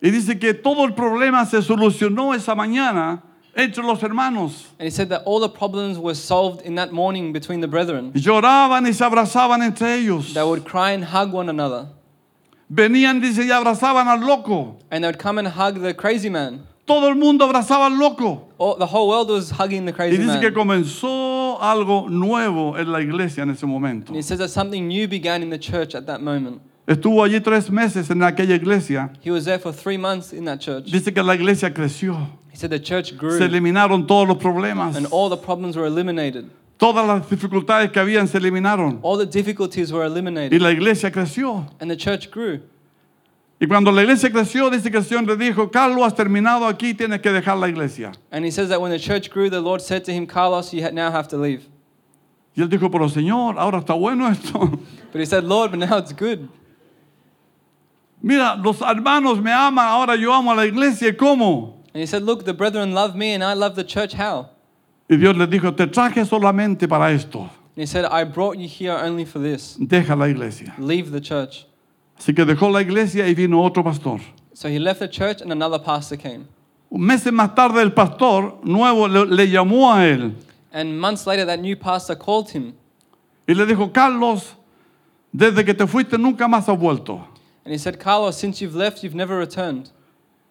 [SPEAKER 1] Y dice que todo el problema se solucionó esa mañana entre los hermanos.
[SPEAKER 2] And he said that all the problems were solved in that morning between the brethren.
[SPEAKER 1] Lloraban y se abrazaban entre ellos.
[SPEAKER 2] They would cry and hug one another.
[SPEAKER 1] Venían, dice, y abrazaban al loco.
[SPEAKER 2] And they would come and hug the crazy man.
[SPEAKER 1] Todo el mundo abrazaba al loco.
[SPEAKER 2] All, the whole world was hugging the
[SPEAKER 1] Y
[SPEAKER 2] crazy
[SPEAKER 1] dice
[SPEAKER 2] man.
[SPEAKER 1] que
[SPEAKER 2] And
[SPEAKER 1] comenzó algo nuevo en la iglesia en ese momento.
[SPEAKER 2] he says that something new began in the church at that moment.
[SPEAKER 1] Estuvo allí tres meses en aquella iglesia.
[SPEAKER 2] He was there for three months in that church.
[SPEAKER 1] Dice que la iglesia creció.
[SPEAKER 2] He said the church
[SPEAKER 1] Se
[SPEAKER 2] grew
[SPEAKER 1] eliminaron todos los problemas.
[SPEAKER 2] and all the problems were eliminated.
[SPEAKER 1] Todas las dificultades que habían se eliminaron.
[SPEAKER 2] All the difficulties were
[SPEAKER 1] Y
[SPEAKER 2] eliminated.
[SPEAKER 1] la iglesia creció.
[SPEAKER 2] And the church grew.
[SPEAKER 1] Y cuando la iglesia creció, dice que el Señor le dijo, Carlos, has terminado aquí, tienes que dejar la iglesia.
[SPEAKER 2] And he says that when the church grew, the Lord said to him, Carlos, you ha- now have to leave.
[SPEAKER 1] Y él dijo, pero Señor, ahora está bueno esto.
[SPEAKER 2] But he said, Lord, but now it's good.
[SPEAKER 1] Mira, los hermanos me aman, ahora yo amo a la iglesia, ¿cómo?
[SPEAKER 2] And he said, Look, the brethren love me and I love the church. How?
[SPEAKER 1] Y Dios le dijo, te traje solamente para esto,
[SPEAKER 2] And he said, I brought you here only for this.
[SPEAKER 1] deja la iglesia.
[SPEAKER 2] Leave the church.
[SPEAKER 1] Así que dejó la iglesia y vino otro pastor.
[SPEAKER 2] So he left the church and another pastor came.
[SPEAKER 1] Meses más tarde el pastor nuevo le, le llamó a él
[SPEAKER 2] And months later, that new pastor called him
[SPEAKER 1] y le dijo, Carlos, desde que te fuiste nunca más has vuelto.
[SPEAKER 2] and he said, Carlos, since you've left, you've never returned.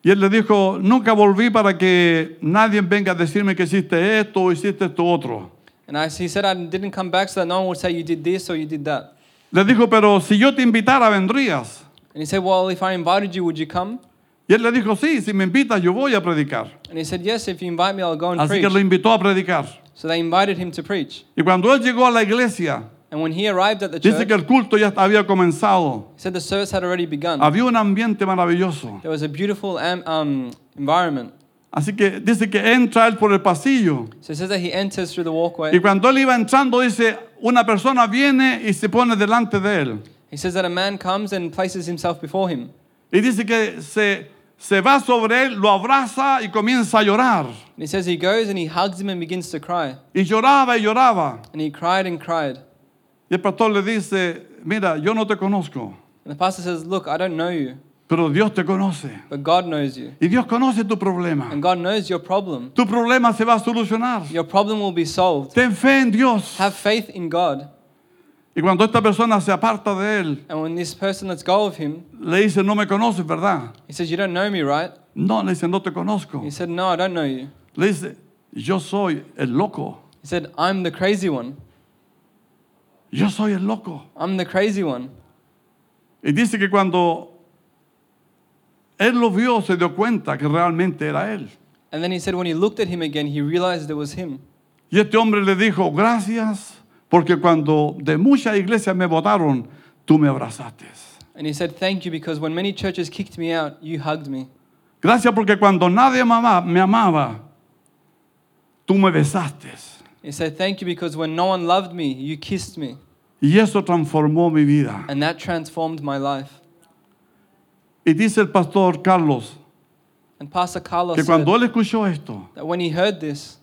[SPEAKER 1] Y él le dijo, nunca volví para que nadie venga a decirme que hiciste esto o hiciste esto otro.
[SPEAKER 2] And I, he said, I didn't come back so that no one would say you did this or you did that.
[SPEAKER 1] Le dijo, pero si yo te invitara, vendrías.
[SPEAKER 2] And he said, Well, if I invited you, would you come?
[SPEAKER 1] Y él le dijo, sí, si me invitas, yo voy a predicar.
[SPEAKER 2] And he said, Yes, if you invite me, I'll go and
[SPEAKER 1] Así que
[SPEAKER 2] preach.
[SPEAKER 1] lo invitó a predicar.
[SPEAKER 2] So they invited him to preach.
[SPEAKER 1] Y cuando él llegó a la iglesia,
[SPEAKER 2] And when he arrived at the
[SPEAKER 1] dice
[SPEAKER 2] church,
[SPEAKER 1] que
[SPEAKER 2] he
[SPEAKER 1] el culto ya había comenzado.
[SPEAKER 2] said the service had already begun.
[SPEAKER 1] Había un ambiente maravilloso.
[SPEAKER 2] There was a beautiful am, um, environment.
[SPEAKER 1] Así que dice que entra él por el pasillo.
[SPEAKER 2] So it says that he enters through the
[SPEAKER 1] Y
[SPEAKER 2] walkway.
[SPEAKER 1] cuando él iba entrando, dice, una persona viene y se pone delante de él.
[SPEAKER 2] He says that a man comes and places himself before him.
[SPEAKER 1] Y dice que se, se va sobre él, lo abraza y comienza a llorar.
[SPEAKER 2] And he says he goes and he hugs him and begins to cry.
[SPEAKER 1] Y lloraba y lloraba.
[SPEAKER 2] And he cried and cried.
[SPEAKER 1] Y el pastor le dice, mira, yo no te conozco,
[SPEAKER 2] And the pastor says, Look, I don't know you,
[SPEAKER 1] pero Dios te conoce.
[SPEAKER 2] but God knows you.
[SPEAKER 1] Y Dios conoce tu problema.
[SPEAKER 2] And God knows your problem.
[SPEAKER 1] Tu problema se va a solucionar.
[SPEAKER 2] Your problem will be solved.
[SPEAKER 1] Ten fe en Dios.
[SPEAKER 2] Have faith in God.
[SPEAKER 1] Y cuando esta persona se aparta de él,
[SPEAKER 2] And when this person lets go of him,
[SPEAKER 1] le dice, no me conoces, ¿verdad?
[SPEAKER 2] he says, You don't know me, right?
[SPEAKER 1] No, le dice, no te conozco.
[SPEAKER 2] He said, No, I don't know you.
[SPEAKER 1] Le dice, yo soy el loco.
[SPEAKER 2] He said, I'm the crazy one.
[SPEAKER 1] Yo soy el loco.
[SPEAKER 2] I'm the crazy one.
[SPEAKER 1] Y dice que cuando él lo vio, se dio cuenta que realmente era él.
[SPEAKER 2] And then he said, When he looked at him again, he realized it was him.
[SPEAKER 1] Y este hombre le dijo, gracias, porque cuando de muchas iglesias me votaron, tú me abrazaste.
[SPEAKER 2] And he said, Thank you, because when many churches kicked me out, you hugged me.
[SPEAKER 1] Gracias porque cuando nadie me ama- me amaba, tú me besaste.
[SPEAKER 2] He said, Thank you, because when no one loved me, you kissed me.
[SPEAKER 1] Y eso transformó mi vida.
[SPEAKER 2] And that transformed my life.
[SPEAKER 1] Y dice el pastor Carlos
[SPEAKER 2] And Pastor Carlos
[SPEAKER 1] que
[SPEAKER 2] said
[SPEAKER 1] cuando él escuchó esto,
[SPEAKER 2] that when he heard this,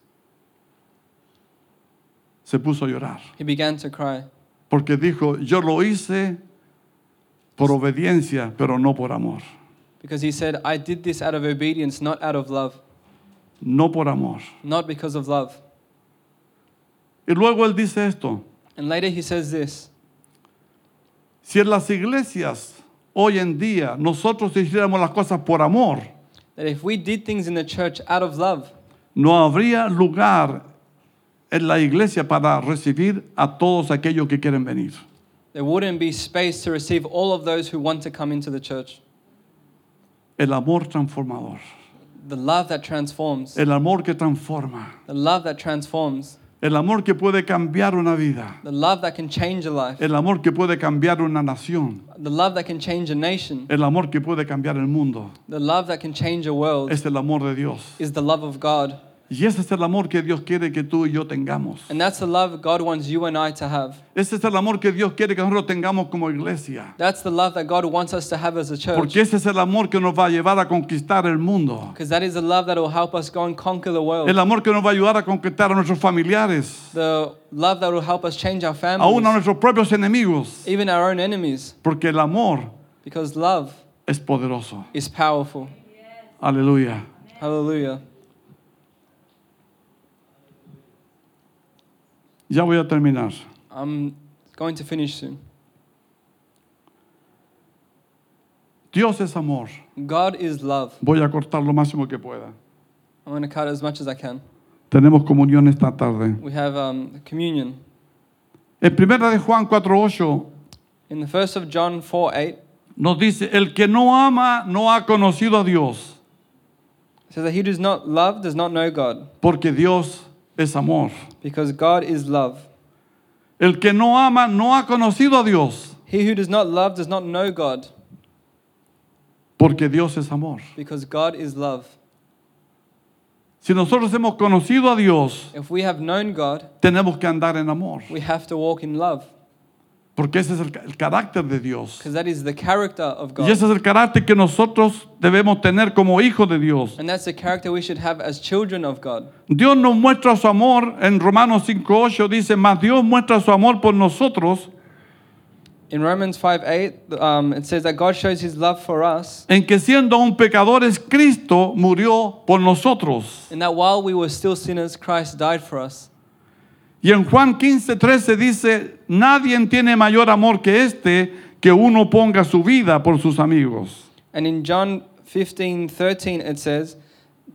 [SPEAKER 1] se puso a llorar.
[SPEAKER 2] he began to cry.
[SPEAKER 1] Porque dijo, yo lo hice por obediencia, pero no por amor.
[SPEAKER 2] Because he said, I did this out of obedience, not out of love,
[SPEAKER 1] No por amor.
[SPEAKER 2] not because of love.
[SPEAKER 1] Y luego él dice esto,
[SPEAKER 2] And later he says this
[SPEAKER 1] si en las iglesias hoy en día nosotros hiciéramos las cosas por amor,
[SPEAKER 2] that if we did things in the church out of love,
[SPEAKER 1] no habría lugar en la iglesia para recibir a todos aquellos que quieren venir.
[SPEAKER 2] there wouldn't be space to receive all of those who want to come into the church.
[SPEAKER 1] El amor transformador,
[SPEAKER 2] The love that transforms,
[SPEAKER 1] el amor que transforma,
[SPEAKER 2] the love that transforms,
[SPEAKER 1] el amor que puede cambiar una vida,
[SPEAKER 2] the love that can change a life,
[SPEAKER 1] el amor que puede cambiar una nación,
[SPEAKER 2] the love that can change a nation,
[SPEAKER 1] el amor que puede cambiar el mundo.
[SPEAKER 2] the love that can change a world
[SPEAKER 1] Este Es el amor de Dios.
[SPEAKER 2] is the love of God.
[SPEAKER 1] Y ese es el amor que Dios quiere que tú y yo tengamos.
[SPEAKER 2] And that's the love God wants you and I to have.
[SPEAKER 1] Ese es el amor que Dios quiere que nosotros tengamos como iglesia.
[SPEAKER 2] That's the love that God wants us to have as a church.
[SPEAKER 1] Porque ese es el amor que nos va a llevar a conquistar el mundo.
[SPEAKER 2] Because that is the love that will help us go and conquer the world.
[SPEAKER 1] El amor que nos va a ayudar a conquistar a nuestros familiares,
[SPEAKER 2] The love that will help us change our
[SPEAKER 1] aún a
[SPEAKER 2] families,
[SPEAKER 1] nuestros propios enemigos.
[SPEAKER 2] even our own enemies.
[SPEAKER 1] Porque el amor
[SPEAKER 2] Because love
[SPEAKER 1] es poderoso.
[SPEAKER 2] is powerful.
[SPEAKER 1] Aleluya.
[SPEAKER 2] Hallelujah.
[SPEAKER 1] Ya voy a terminar.
[SPEAKER 2] I'm going to finish soon.
[SPEAKER 1] Dios es amor.
[SPEAKER 2] God is love.
[SPEAKER 1] Voy a cortar lo máximo que pueda.
[SPEAKER 2] I'm going to cut as much as I can.
[SPEAKER 1] Tenemos comunión esta tarde.
[SPEAKER 2] We have um, communion.
[SPEAKER 1] En primera de Juan 4:8
[SPEAKER 2] In the first of John 4 8, it
[SPEAKER 1] nos dice, el que no ama no ha conocido a Dios,
[SPEAKER 2] says that he does not love does not know God,
[SPEAKER 1] porque Dios es amor.
[SPEAKER 2] because God is love.
[SPEAKER 1] El que no ama no ha conocido a Dios,
[SPEAKER 2] He who does not love does not know God,
[SPEAKER 1] porque Dios es amor.
[SPEAKER 2] because God is love.
[SPEAKER 1] Si nosotros hemos conocido a Dios,
[SPEAKER 2] If we have known God,
[SPEAKER 1] tenemos que andar en amor,
[SPEAKER 2] we have to walk in love,
[SPEAKER 1] Porque ese es el, ca- el carácter de Dios.
[SPEAKER 2] because that is the character of
[SPEAKER 1] Y
[SPEAKER 2] God.
[SPEAKER 1] ese es el carácter que nosotros debemos tener como hijos de Dios.
[SPEAKER 2] And that's the character we should have as children of God.
[SPEAKER 1] Dios nos muestra su amor en Romanos 5.8 dice, mas Dios muestra su amor por nosotros
[SPEAKER 2] In Romans 5 8, um, it says that God shows his love for us,
[SPEAKER 1] en que siendo aún pecadores, Cristo murió por nosotros.
[SPEAKER 2] and that while we were still sinners, Christ died for us.
[SPEAKER 1] Y en Juan 15, 13 dice, nadie tiene mayor amor que este que uno ponga su vida por sus amigos.
[SPEAKER 2] And in John 15 13, it says,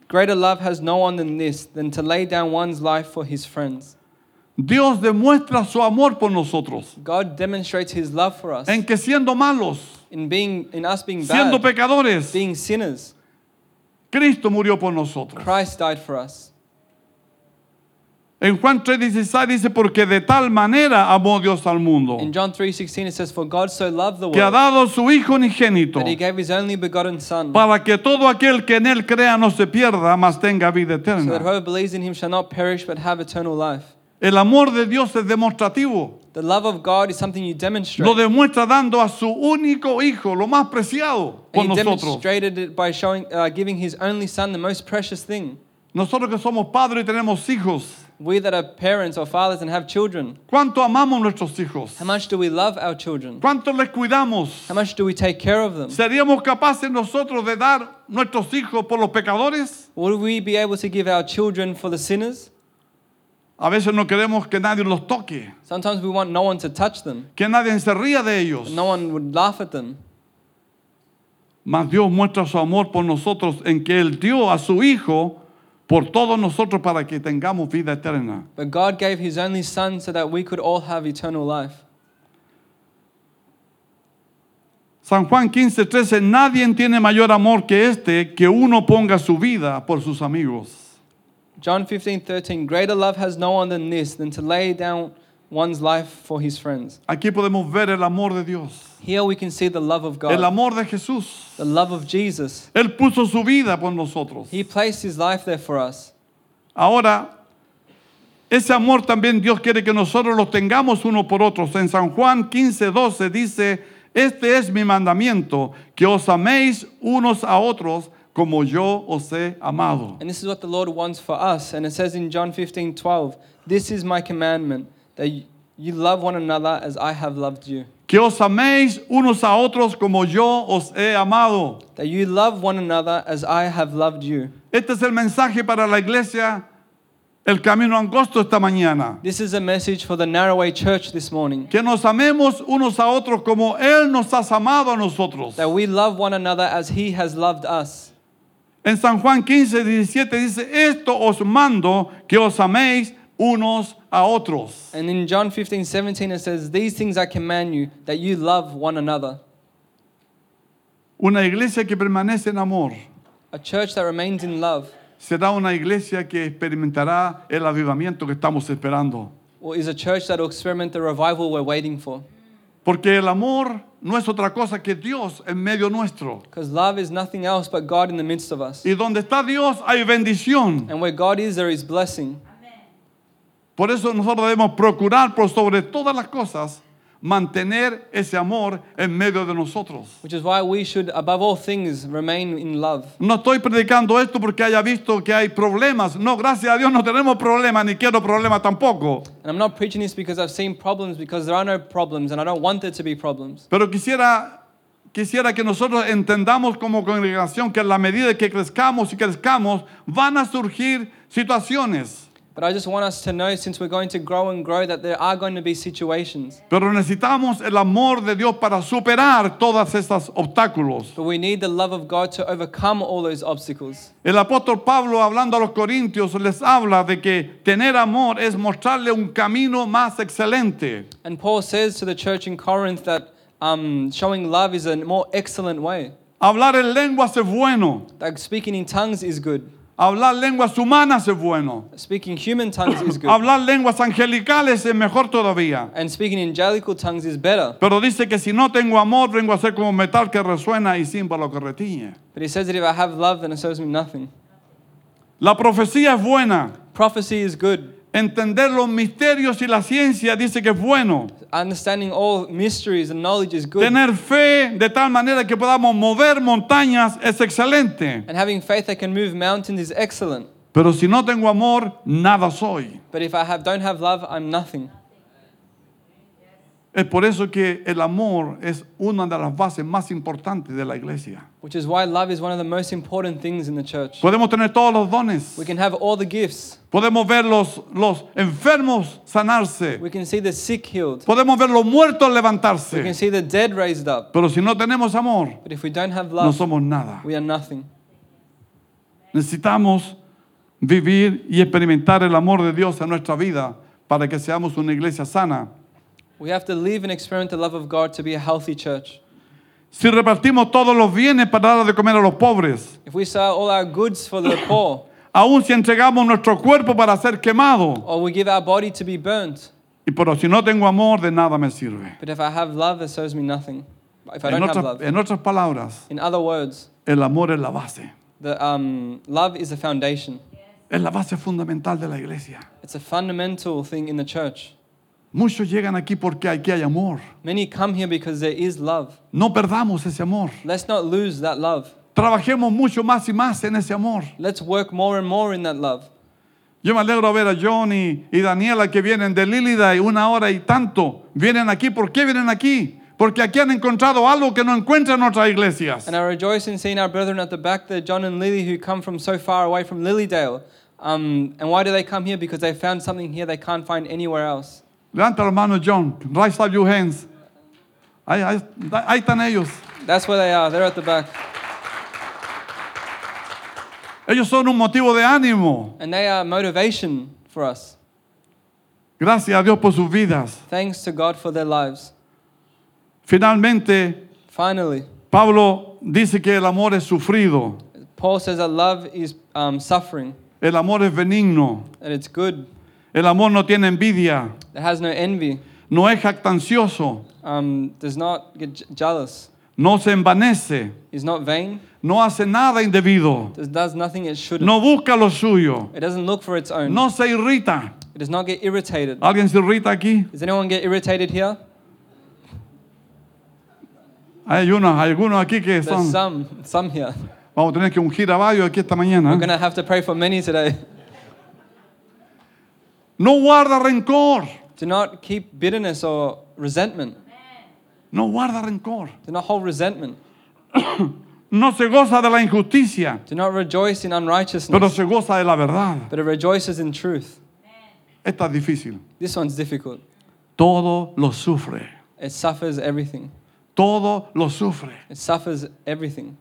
[SPEAKER 2] Greater love has no one than this, than to lay down one's life for his friends.
[SPEAKER 1] Dios demuestra su amor por nosotros,
[SPEAKER 2] God demonstrates his love for us
[SPEAKER 1] en que siendo malos,
[SPEAKER 2] in being in us being
[SPEAKER 1] siendo
[SPEAKER 2] bad,
[SPEAKER 1] pecadores,
[SPEAKER 2] being sinners.
[SPEAKER 1] Cristo murió por nosotros.
[SPEAKER 2] Christ died for us.
[SPEAKER 1] En Juan 3:16 dice, porque de tal manera amó Dios al mundo,
[SPEAKER 2] In John 3:16 it says for God so loved the
[SPEAKER 1] que ha
[SPEAKER 2] world
[SPEAKER 1] dado su Hijo unigénito,
[SPEAKER 2] that he gave his only begotten son
[SPEAKER 1] para que todo aquel que en él crea no se pierda, mas tenga vida
[SPEAKER 2] so that
[SPEAKER 1] eterna.
[SPEAKER 2] whoever believes in him shall not perish but have eternal life.
[SPEAKER 1] El amor de Dios es demostrativo.
[SPEAKER 2] The love of God is something you
[SPEAKER 1] Lo
[SPEAKER 2] demonstrate.
[SPEAKER 1] demuestra dando a su único hijo, lo más preciado por
[SPEAKER 2] And he
[SPEAKER 1] nosotros.
[SPEAKER 2] demonstrated it by showing uh, giving his only son the most precious thing.
[SPEAKER 1] Nosotros que somos padres y tenemos hijos,
[SPEAKER 2] We that are parents or fathers and have children,
[SPEAKER 1] ¿cuánto amamos a nuestros hijos?
[SPEAKER 2] how much do we love our children?
[SPEAKER 1] ¿Cuánto les cuidamos?
[SPEAKER 2] How much do we take care of them?
[SPEAKER 1] ¿Seríamos capaces nosotros de dar nuestros hijos por los pecadores?
[SPEAKER 2] Will we be able to give our children for the sinners?
[SPEAKER 1] A veces no queremos que nadie los toque,
[SPEAKER 2] Sometimes we want no one to touch them.
[SPEAKER 1] que nadie se ría de ellos.
[SPEAKER 2] No one would laugh at them.
[SPEAKER 1] Mas Dios muestra su amor por nosotros en que Él dio a su Hijo por todos nosotros para que tengamos vida eterna.
[SPEAKER 2] But God gave his only son so that we could all have eternal life.
[SPEAKER 1] San Juan 15, 13, nadie tiene mayor amor que este que uno ponga su vida por sus amigos.
[SPEAKER 2] John 15, 13, greater love has no one than this, than to lay down one's life for his friends.
[SPEAKER 1] Aquí podemos ver el amor de Dios,
[SPEAKER 2] Here we can see the love of
[SPEAKER 1] el
[SPEAKER 2] God,
[SPEAKER 1] amor de Jesús.
[SPEAKER 2] the love of Jesus.
[SPEAKER 1] Él puso su vida por nosotros.
[SPEAKER 2] He placed his life there for us.
[SPEAKER 1] Ahora, ese amor también Dios quiere que nosotros lo tengamos uno por otros. En San Juan 15, 12 dice, este es mi mandamiento, que os améis unos a otros como yo os he amado.
[SPEAKER 2] And this is what the Lord wants for us. And it says in John 15, 12, this is my commandment, that y- you love one another as I have loved you.
[SPEAKER 1] Que os améis unos a otros como yo os he amado.
[SPEAKER 2] That you love one another as I have loved you.
[SPEAKER 1] Este es el mensaje para la iglesia, el camino angosto esta mañana.
[SPEAKER 2] This is a message for the Narrowway Church this morning.
[SPEAKER 1] Que nos amemos unos a otros como Él nos ha amado a nosotros.
[SPEAKER 2] that we love one another as he has loved us.
[SPEAKER 1] En San Juan 15, 17 dice, esto os mando que os améis unos a otros.
[SPEAKER 2] And in John 15, 17, it says, These things I command you, that you love one another.
[SPEAKER 1] Una iglesia que permanece en amor
[SPEAKER 2] A church that remains in love,
[SPEAKER 1] será una iglesia que experimentará el avivamiento que estamos esperando.
[SPEAKER 2] or is a church that will experiment the revival we're waiting for.
[SPEAKER 1] Porque el amor no es otra cosa que Dios en medio nuestro.
[SPEAKER 2] Because love is nothing else but God in the midst of us.
[SPEAKER 1] Y donde está Dios hay bendición.
[SPEAKER 2] And where God is, there is blessing.
[SPEAKER 1] Por eso nosotros debemos procurar por sobre todas las cosas mantener ese amor en medio de nosotros.
[SPEAKER 2] Which is why we should, above all things, remain in love.
[SPEAKER 1] No estoy predicando esto porque haya visto que hay problemas. No, gracias a Dios no tenemos problemas, ni quiero problemas tampoco.
[SPEAKER 2] And I'm not preaching this because I've seen problems, because there are no problems, and I don't want there to be problems.
[SPEAKER 1] Pero quisiera, quisiera que nosotros entendamos como congregación que en la medida que crezcamos y crezcamos, van a surgir situaciones.
[SPEAKER 2] But I just want us to know, since we're going to grow and grow, that there are going to be situations.
[SPEAKER 1] Pero necesitamos el amor de Dios para superar todos esos obstáculos.
[SPEAKER 2] But we need the love of God to overcome all those obstacles.
[SPEAKER 1] El apóstol Pablo, hablando a los corintios, les habla de que tener amor es mostrarle un camino más excelente.
[SPEAKER 2] And Paul says to the church in Corinth that um, showing love is a more excellent way,
[SPEAKER 1] Hablar en lenguas es bueno.
[SPEAKER 2] that speaking in tongues is good,
[SPEAKER 1] Hablar lenguas humanas es bueno.
[SPEAKER 2] speaking human tongues is good,
[SPEAKER 1] Hablar lenguas angelicales es mejor todavía.
[SPEAKER 2] and speaking angelical tongues is better.
[SPEAKER 1] Pero dice que si no tengo amor, vengo a ser como metal que resuena y símbolo que retiñe.
[SPEAKER 2] But he says that if I have love, then it serves me nothing.
[SPEAKER 1] La profecía es buena.
[SPEAKER 2] Prophecy is good,
[SPEAKER 1] Entender los misterios y la ciencia dice que es bueno.
[SPEAKER 2] Understanding all mysteries and knowledge is good.
[SPEAKER 1] Tener fe de tal manera que podamos mover montañas es excelente.
[SPEAKER 2] and having faith that can move mountains is excellent.
[SPEAKER 1] Pero si no tengo amor, nada soy.
[SPEAKER 2] But if I have, don't have love, I'm nothing.
[SPEAKER 1] Es por eso que el amor es una de las bases más importantes de la iglesia.
[SPEAKER 2] Which is why love is one of the most important things in the church.
[SPEAKER 1] Podemos tener todos los dones.
[SPEAKER 2] We can have all the gifts.
[SPEAKER 1] Podemos ver los, los enfermos sanarse.
[SPEAKER 2] We can see the sick healed.
[SPEAKER 1] Podemos ver los muertos
[SPEAKER 2] We can
[SPEAKER 1] levantarse.
[SPEAKER 2] see the dead raised up.
[SPEAKER 1] Pero si no tenemos amor,
[SPEAKER 2] But if we don't have
[SPEAKER 1] no
[SPEAKER 2] love,
[SPEAKER 1] somos nada.
[SPEAKER 2] we are nothing.
[SPEAKER 1] Necesitamos vivir y experimentar el amor de Dios en nuestra vida para que seamos una iglesia sana.
[SPEAKER 2] We have to live and experiment the love of God to be a healthy church.
[SPEAKER 1] Si repartimos todos los bienes para dar de comer a los pobres,
[SPEAKER 2] If we sell all our goods for the poor,
[SPEAKER 1] aun si entregamos nuestro cuerpo para ser quemado,
[SPEAKER 2] or we give our body to be burnt,
[SPEAKER 1] y pero si no tengo amor, de nada me sirve.
[SPEAKER 2] but if I have love, it serves me nothing. If I
[SPEAKER 1] En
[SPEAKER 2] don't have
[SPEAKER 1] otras,
[SPEAKER 2] love,
[SPEAKER 1] en otras palabras,
[SPEAKER 2] in other words,
[SPEAKER 1] el amor es la base,
[SPEAKER 2] the um, love is a foundation.
[SPEAKER 1] es la base fundamental de la iglesia.
[SPEAKER 2] It's a fundamental thing in the church.
[SPEAKER 1] Muchos llegan aquí porque aquí hay amor.
[SPEAKER 2] Many come here because there is love.
[SPEAKER 1] No perdamos ese amor.
[SPEAKER 2] Let's not lose that love.
[SPEAKER 1] Trabajemos mucho más y más en ese amor.
[SPEAKER 2] Let's work more and more in that love.
[SPEAKER 1] Yo me alegro ver a Johnny y Daniela que vienen de Lilida y una hora y tanto. Vienen aquí. ¿Por qué vienen aquí? Porque aquí han encontrado algo que no encuentran en otras iglesias.
[SPEAKER 2] And I rejoice in seeing our brethren at the back there, John and Lily, who come from so far away from Lilydale. Um, and why do they come here? Because they found something here they can't find anywhere else.
[SPEAKER 1] Levanta la mano, John. Rise up your hands. Ahí, ahí- ahí están ellos.
[SPEAKER 2] That's where they are. They're at the back.
[SPEAKER 1] Ellos son un motivo de ánimo.
[SPEAKER 2] And they are motivation for us.
[SPEAKER 1] Gracias a Dios por sus vidas.
[SPEAKER 2] Thanks to God for their lives.
[SPEAKER 1] Finalmente,
[SPEAKER 2] Finally,
[SPEAKER 1] Pablo dice que el amor es sufrido.
[SPEAKER 2] Paul says that love is um, suffering,
[SPEAKER 1] El amor es benigno.
[SPEAKER 2] that it's good,
[SPEAKER 1] El amor no tiene envidia.
[SPEAKER 2] that has no envy,
[SPEAKER 1] No es jactancioso.
[SPEAKER 2] um, does not get j- jealous,
[SPEAKER 1] No se envanece.
[SPEAKER 2] is not vain,
[SPEAKER 1] No hace nada indebido.
[SPEAKER 2] does, does nothing it shouldn't.
[SPEAKER 1] No busca lo suyo.
[SPEAKER 2] It doesn't look for its own.
[SPEAKER 1] No se irrita.
[SPEAKER 2] It does not get irritated.
[SPEAKER 1] ¿Alguien se irrita aquí?
[SPEAKER 2] Does anyone get irritated here?
[SPEAKER 1] Hay unos, hay algunos aquí que
[SPEAKER 2] There's
[SPEAKER 1] son.
[SPEAKER 2] some, some here.
[SPEAKER 1] Vamos a tener que ungir a varios aquí esta
[SPEAKER 2] We're
[SPEAKER 1] mañana. ¿eh?
[SPEAKER 2] gonna have to pray for many today.
[SPEAKER 1] No guarda rencor.
[SPEAKER 2] Do not keep bitterness or resentment.
[SPEAKER 1] No guarda rencor.
[SPEAKER 2] Do not hold resentment.
[SPEAKER 1] No se goza de la injusticia,
[SPEAKER 2] Do not rejoice in unrighteousness,
[SPEAKER 1] pero se goza de la verdad.
[SPEAKER 2] but it rejoices in truth.
[SPEAKER 1] Esta es difícil.
[SPEAKER 2] This one's difficult.
[SPEAKER 1] Todo lo sufre.
[SPEAKER 2] It suffers everything.
[SPEAKER 1] Todo lo sufre.
[SPEAKER 2] It suffers everything.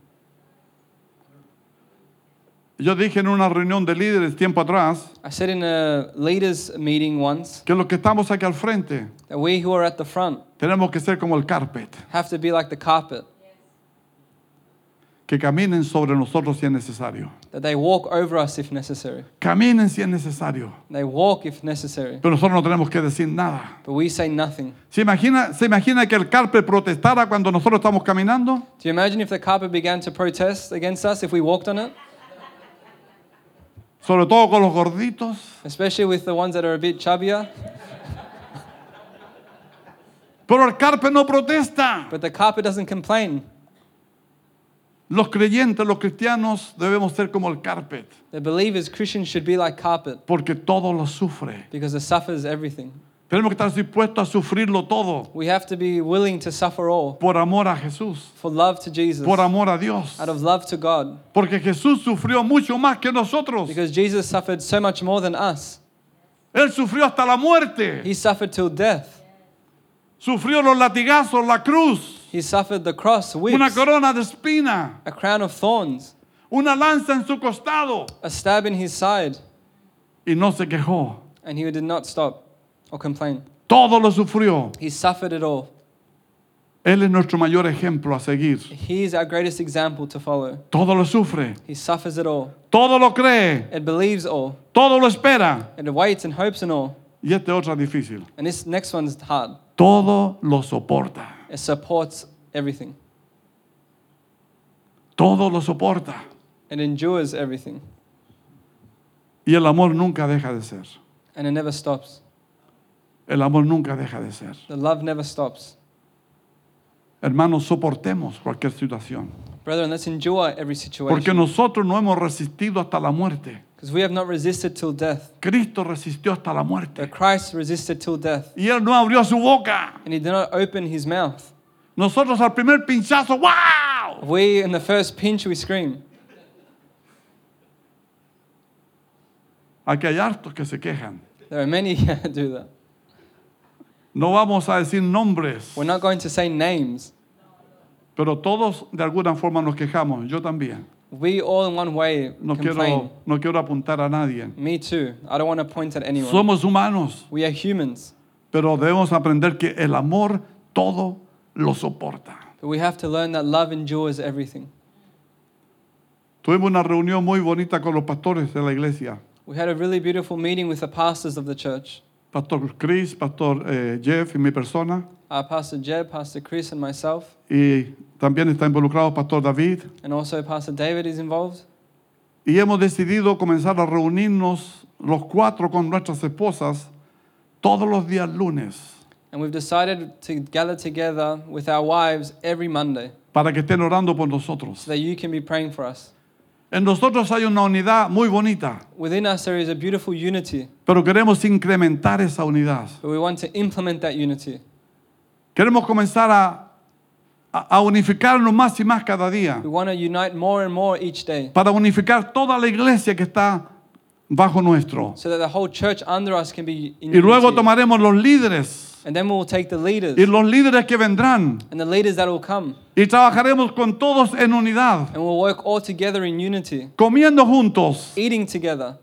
[SPEAKER 1] Yo dije en una reunión de líderes tiempo atrás
[SPEAKER 2] I said in a leaders meeting once
[SPEAKER 1] que los que estamos aquí al frente
[SPEAKER 2] that we who are at the front
[SPEAKER 1] tenemos que ser como el carpet,
[SPEAKER 2] have to be like the carpet,
[SPEAKER 1] que caminen sobre nosotros si es necesario.
[SPEAKER 2] that they walk over us if necessary.
[SPEAKER 1] Caminen si es necesario.
[SPEAKER 2] They walk if necessary,
[SPEAKER 1] Pero nosotros no tenemos que decir nada.
[SPEAKER 2] but we say nothing.
[SPEAKER 1] ¿Se imagina, ¿Se imagina que el carpet protestara cuando nosotros estamos caminando?
[SPEAKER 2] Do you imagine if the carpet began to protest against us if we walked on it?
[SPEAKER 1] Sobre todo con los gorditos.
[SPEAKER 2] Especially with the ones that are a bit chubbier.
[SPEAKER 1] Pero el carpet no protesta.
[SPEAKER 2] But the carpet doesn't complain.
[SPEAKER 1] Los creyentes, los cristianos debemos ser como el carpet,
[SPEAKER 2] The believers, Christians, should be like carpet
[SPEAKER 1] porque todo lo sufre.
[SPEAKER 2] because it suffers everything.
[SPEAKER 1] Tenemos que estar dispuestos a sufrirlo todo
[SPEAKER 2] We have to be willing to suffer all
[SPEAKER 1] por amor a Jesús,
[SPEAKER 2] for love to Jesus,
[SPEAKER 1] por
[SPEAKER 2] out
[SPEAKER 1] amor a Dios.
[SPEAKER 2] of love to God.
[SPEAKER 1] Porque Jesús sufrió mucho más que nosotros.
[SPEAKER 2] Because Jesus suffered so much more than us.
[SPEAKER 1] Él sufrió hasta la muerte.
[SPEAKER 2] He suffered till death.
[SPEAKER 1] Sufrió los latigazos, la cruz,
[SPEAKER 2] He suffered the cross,
[SPEAKER 1] una
[SPEAKER 2] whips,
[SPEAKER 1] corona de espina,
[SPEAKER 2] a crown of thorns,
[SPEAKER 1] una lanza en su costado.
[SPEAKER 2] a stab in his side,
[SPEAKER 1] Y no se quejó.
[SPEAKER 2] and he did not stop or complain.
[SPEAKER 1] Todo lo sufrió.
[SPEAKER 2] He suffered it all.
[SPEAKER 1] Él es nuestro mayor ejemplo a seguir.
[SPEAKER 2] He is our greatest example to follow.
[SPEAKER 1] Todo lo sufre.
[SPEAKER 2] He suffers it all.
[SPEAKER 1] Todo lo cree.
[SPEAKER 2] It believes all.
[SPEAKER 1] Todo lo espera.
[SPEAKER 2] It awaits and hopes and all.
[SPEAKER 1] Y este otro es difícil.
[SPEAKER 2] And this next one's hard.
[SPEAKER 1] Todo lo soporta.
[SPEAKER 2] It supports everything.
[SPEAKER 1] Todo lo soporta.
[SPEAKER 2] It endures everything.
[SPEAKER 1] Y el amor nunca deja de ser.
[SPEAKER 2] and it never stops.
[SPEAKER 1] El amor nunca deja de ser.
[SPEAKER 2] The love never stops.
[SPEAKER 1] Hermanos, soportemos cualquier situación.
[SPEAKER 2] Brethren, let's endure
[SPEAKER 1] Porque
[SPEAKER 2] every situation
[SPEAKER 1] nosotros no hemos resistido hasta la muerte.
[SPEAKER 2] because we have not resisted till death.
[SPEAKER 1] Cristo resistió hasta la
[SPEAKER 2] But
[SPEAKER 1] muerte.
[SPEAKER 2] Christ resisted till death
[SPEAKER 1] Y Él no abrió su boca.
[SPEAKER 2] and he did not open his mouth.
[SPEAKER 1] Nosotros al primer pinchazo, ¡wow!
[SPEAKER 2] We, in the first pinch, we scream.
[SPEAKER 1] Aquí hay hartos que se quejan.
[SPEAKER 2] There are many here who do that.
[SPEAKER 1] No vamos a decir nombres,
[SPEAKER 2] We're not going to say names.
[SPEAKER 1] pero todos de alguna forma nos quejamos. Yo también.
[SPEAKER 2] We all in one way
[SPEAKER 1] No
[SPEAKER 2] complain.
[SPEAKER 1] quiero, no quiero apuntar a nadie.
[SPEAKER 2] Me too. I don't want to point at anyone.
[SPEAKER 1] Somos humanos,
[SPEAKER 2] we are humans,
[SPEAKER 1] pero debemos aprender que el amor todo lo soporta.
[SPEAKER 2] but we have to learn that love endures everything.
[SPEAKER 1] Tuvimos una reunión muy bonita con los pastores de la iglesia.
[SPEAKER 2] We had a really beautiful meeting with the pastors of the church.
[SPEAKER 1] Pastor Chris, Pastor eh, Jeff y mi persona.
[SPEAKER 2] Uh, Pastor Jeb, Pastor Chris, and myself,
[SPEAKER 1] Y también está involucrado Pastor David.
[SPEAKER 2] and also Pastor David is involved.
[SPEAKER 1] Y hemos decidido comenzar a reunirnos los cuatro con nuestras esposas todos los días lunes
[SPEAKER 2] And we've decided to gather together with our wives every Monday
[SPEAKER 1] para que estén orando por nosotros.
[SPEAKER 2] so that you can be praying for us.
[SPEAKER 1] En nosotros hay una unidad muy bonita,
[SPEAKER 2] Within us, there is a beautiful unity,
[SPEAKER 1] pero queremos incrementar esa unidad.
[SPEAKER 2] but we want to implement that unity.
[SPEAKER 1] Queremos comenzar a, a- a unificarnos más y más cada día
[SPEAKER 2] We want to unite more and more each day
[SPEAKER 1] para unificar toda la iglesia que está bajo nuestro.
[SPEAKER 2] so that the whole church under us can be in
[SPEAKER 1] Y luego
[SPEAKER 2] unity.
[SPEAKER 1] tomaremos los líderes
[SPEAKER 2] And then we'll take the leaders
[SPEAKER 1] y los líderes que vendrán
[SPEAKER 2] and the leaders that will come,
[SPEAKER 1] y trabajaremos con todos en unidad,
[SPEAKER 2] and we'll work all together in unity,
[SPEAKER 1] comiendo juntos,
[SPEAKER 2] eating together,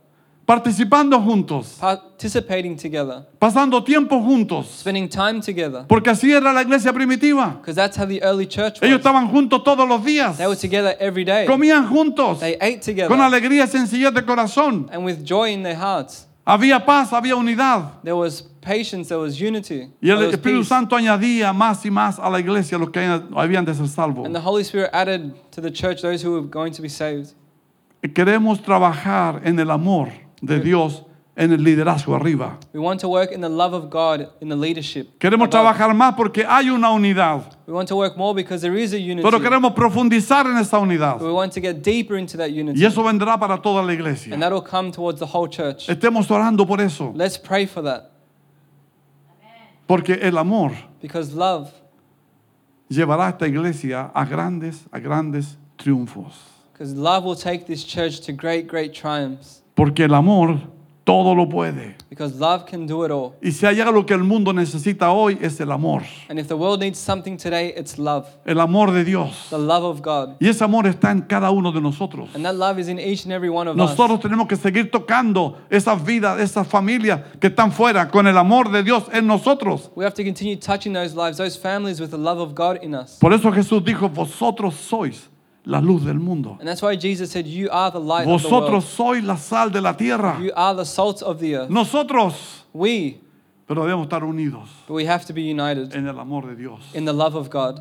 [SPEAKER 1] participando juntos,
[SPEAKER 2] participating together,
[SPEAKER 1] pasando tiempo juntos,
[SPEAKER 2] spending time together.
[SPEAKER 1] porque así era la iglesia primitiva.
[SPEAKER 2] Because that's how the early church
[SPEAKER 1] Ellos
[SPEAKER 2] was.
[SPEAKER 1] estaban juntos todos los días,
[SPEAKER 2] They were together every day.
[SPEAKER 1] comían juntos,
[SPEAKER 2] They ate
[SPEAKER 1] con
[SPEAKER 2] together
[SPEAKER 1] alegría y sencillez de corazón.
[SPEAKER 2] and with joy in their hearts.
[SPEAKER 1] Había paz, había unidad.
[SPEAKER 2] There was patience, there was unity.
[SPEAKER 1] Y
[SPEAKER 2] there
[SPEAKER 1] el
[SPEAKER 2] was
[SPEAKER 1] Espíritu
[SPEAKER 2] peace.
[SPEAKER 1] Santo añadía más y más a la iglesia los que habían de ser salvos.
[SPEAKER 2] And the Holy Spirit added to the church those who were going to be saved.
[SPEAKER 1] Queremos trabajar en el amor de Dios, en el liderazgo arriba.
[SPEAKER 2] We want to work in the love of God, in the leadership.
[SPEAKER 1] Queremos
[SPEAKER 2] above.
[SPEAKER 1] trabajar más porque hay una unidad,
[SPEAKER 2] We want to work more because there is a unity.
[SPEAKER 1] pero queremos profundizar en esa unidad.
[SPEAKER 2] But we want to get deeper into that unity.
[SPEAKER 1] Y eso vendrá para toda la
[SPEAKER 2] And
[SPEAKER 1] iglesia.
[SPEAKER 2] that'll come towards the whole church.
[SPEAKER 1] Estemos orando por eso,
[SPEAKER 2] Let's pray for that
[SPEAKER 1] porque el amor
[SPEAKER 2] because love,
[SPEAKER 1] llevará a esta iglesia a grandes, a grandes triunfos.
[SPEAKER 2] because love will take this church to great, great triumphs.
[SPEAKER 1] Porque el amor todo lo puede.
[SPEAKER 2] Because love can do it all.
[SPEAKER 1] Y si hay algo que el mundo necesita hoy es el amor,
[SPEAKER 2] And if the world needs something today, it's love,
[SPEAKER 1] el amor de Dios.
[SPEAKER 2] the love of God.
[SPEAKER 1] Y ese amor está en cada uno de nosotros.
[SPEAKER 2] And that love is in each and every one of
[SPEAKER 1] Nosotros
[SPEAKER 2] us.
[SPEAKER 1] tenemos que seguir tocando esas vidas, esas familias que están fuera con el amor de Dios en nosotros.
[SPEAKER 2] We have to continue touching those lives, those families with the love of God in us.
[SPEAKER 1] Por eso Jesús dijo, vosotros sois la luz del mundo.
[SPEAKER 2] And that's why Jesus said, You are the light of the
[SPEAKER 1] Vosotros
[SPEAKER 2] world.
[SPEAKER 1] sois la sal de la tierra.
[SPEAKER 2] You are the salt of the earth.
[SPEAKER 1] Nosotros,
[SPEAKER 2] We,
[SPEAKER 1] pero debemos estar unidos
[SPEAKER 2] but we have to be united
[SPEAKER 1] en el amor de Dios.
[SPEAKER 2] in the love of God.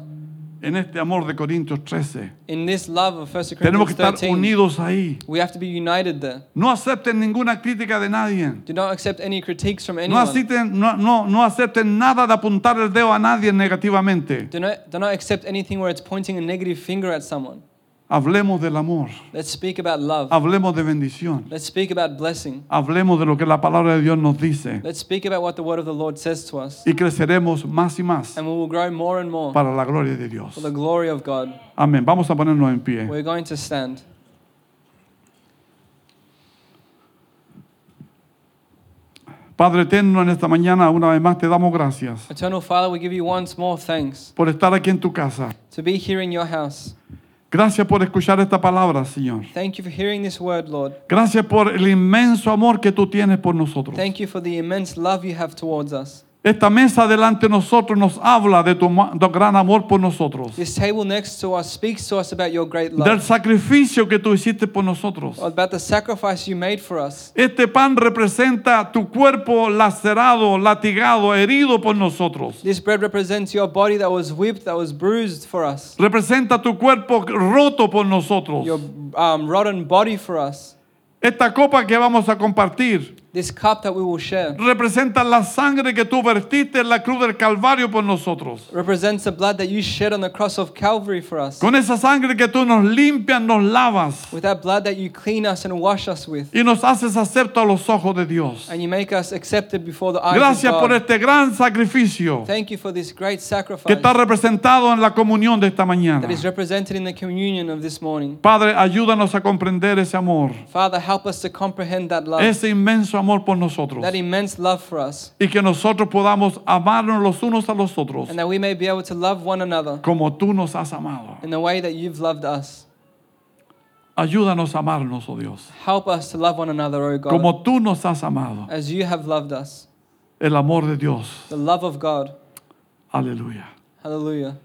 [SPEAKER 1] En este amor de Corintios 13.
[SPEAKER 2] In this love of 1
[SPEAKER 1] Tenemos que
[SPEAKER 2] Corinthians
[SPEAKER 1] estar
[SPEAKER 2] 13,
[SPEAKER 1] unidos ahí.
[SPEAKER 2] we have to be united there.
[SPEAKER 1] No acepten ninguna crítica de nadie.
[SPEAKER 2] Do not accept any critiques from
[SPEAKER 1] No
[SPEAKER 2] anyone.
[SPEAKER 1] acepten, no, no, no acepten nada de apuntar el dedo a nadie negativamente.
[SPEAKER 2] Do not, do not accept anything where it's pointing a negative finger at someone.
[SPEAKER 1] Hablemos del amor.
[SPEAKER 2] Let's speak about love.
[SPEAKER 1] Hablemos de bendición.
[SPEAKER 2] Let's speak about blessing.
[SPEAKER 1] Hablemos de lo que la palabra de Dios nos dice.
[SPEAKER 2] Let's speak about what the word of the Lord says to us.
[SPEAKER 1] Y creceremos más y más
[SPEAKER 2] And we will grow more and more
[SPEAKER 1] para la gloria de Dios.
[SPEAKER 2] for the glory of God.
[SPEAKER 1] Amén. Vamos a ponernos en pie.
[SPEAKER 2] We're going to stand.
[SPEAKER 1] Padre eterno, en esta mañana una vez más te damos gracias
[SPEAKER 2] Eternal Father, we give you once more thanks
[SPEAKER 1] por estar aquí en tu casa.
[SPEAKER 2] to be here in your house.
[SPEAKER 1] Gracias por escuchar esta palabra, Señor.
[SPEAKER 2] Thank you for hearing this word, Lord.
[SPEAKER 1] Gracias por el inmenso amor que tú tienes por nosotros.
[SPEAKER 2] Thank you for the immense love you have towards us.
[SPEAKER 1] Esta mesa delante de nosotros nos habla de tu, ma- tu gran amor por nosotros.
[SPEAKER 2] This table next to us speaks to us about your great
[SPEAKER 1] Del
[SPEAKER 2] love,
[SPEAKER 1] sacrificio que tú hiciste por nosotros.
[SPEAKER 2] about the sacrifice you made for us.
[SPEAKER 1] Este pan representa tu cuerpo lacerado, latigado, herido por nosotros.
[SPEAKER 2] This bread represents your body that was whipped, that was bruised for us,
[SPEAKER 1] Representa tu cuerpo roto por
[SPEAKER 2] your
[SPEAKER 1] nosotros.
[SPEAKER 2] um, rotten body for us.
[SPEAKER 1] Esta copa que vamos a compartir
[SPEAKER 2] This cup that we will share
[SPEAKER 1] representa la sangre que tú vertiste en la cruz del Calvario por nosotros.
[SPEAKER 2] represents the blood that you shed on the cross of Calvary for us.
[SPEAKER 1] Con esa sangre que tú nos limpias, nos lavas
[SPEAKER 2] With that blood that you clean us and wash us with,
[SPEAKER 1] y nos haces acepto a los ojos de Dios.
[SPEAKER 2] and you make us accepted before the eyes
[SPEAKER 1] Gracias
[SPEAKER 2] of
[SPEAKER 1] por
[SPEAKER 2] God.
[SPEAKER 1] este gran sacrificio
[SPEAKER 2] Thank you for this great
[SPEAKER 1] que
[SPEAKER 2] sacrifice
[SPEAKER 1] está representado en la comunión de esta mañana.
[SPEAKER 2] that is represented in the communion of this morning.
[SPEAKER 1] Padre, ayúdanos a comprender ese amor,
[SPEAKER 2] Father, help us to comprehend that love,
[SPEAKER 1] ese inmenso amor por nosotros
[SPEAKER 2] that immense love for us,
[SPEAKER 1] y que nosotros podamos amarnos los unos a los otros
[SPEAKER 2] and that we may be able to love one another
[SPEAKER 1] como tú nos has amado.
[SPEAKER 2] in the way that you've loved us.
[SPEAKER 1] Ayúdanos a amarnos, oh Dios,
[SPEAKER 2] Help us to love one another, O God,
[SPEAKER 1] como tú nos has amado.
[SPEAKER 2] as you have loved us.
[SPEAKER 1] El amor de Dios.
[SPEAKER 2] The love of God.
[SPEAKER 1] Aleluya.
[SPEAKER 2] Hallelujah.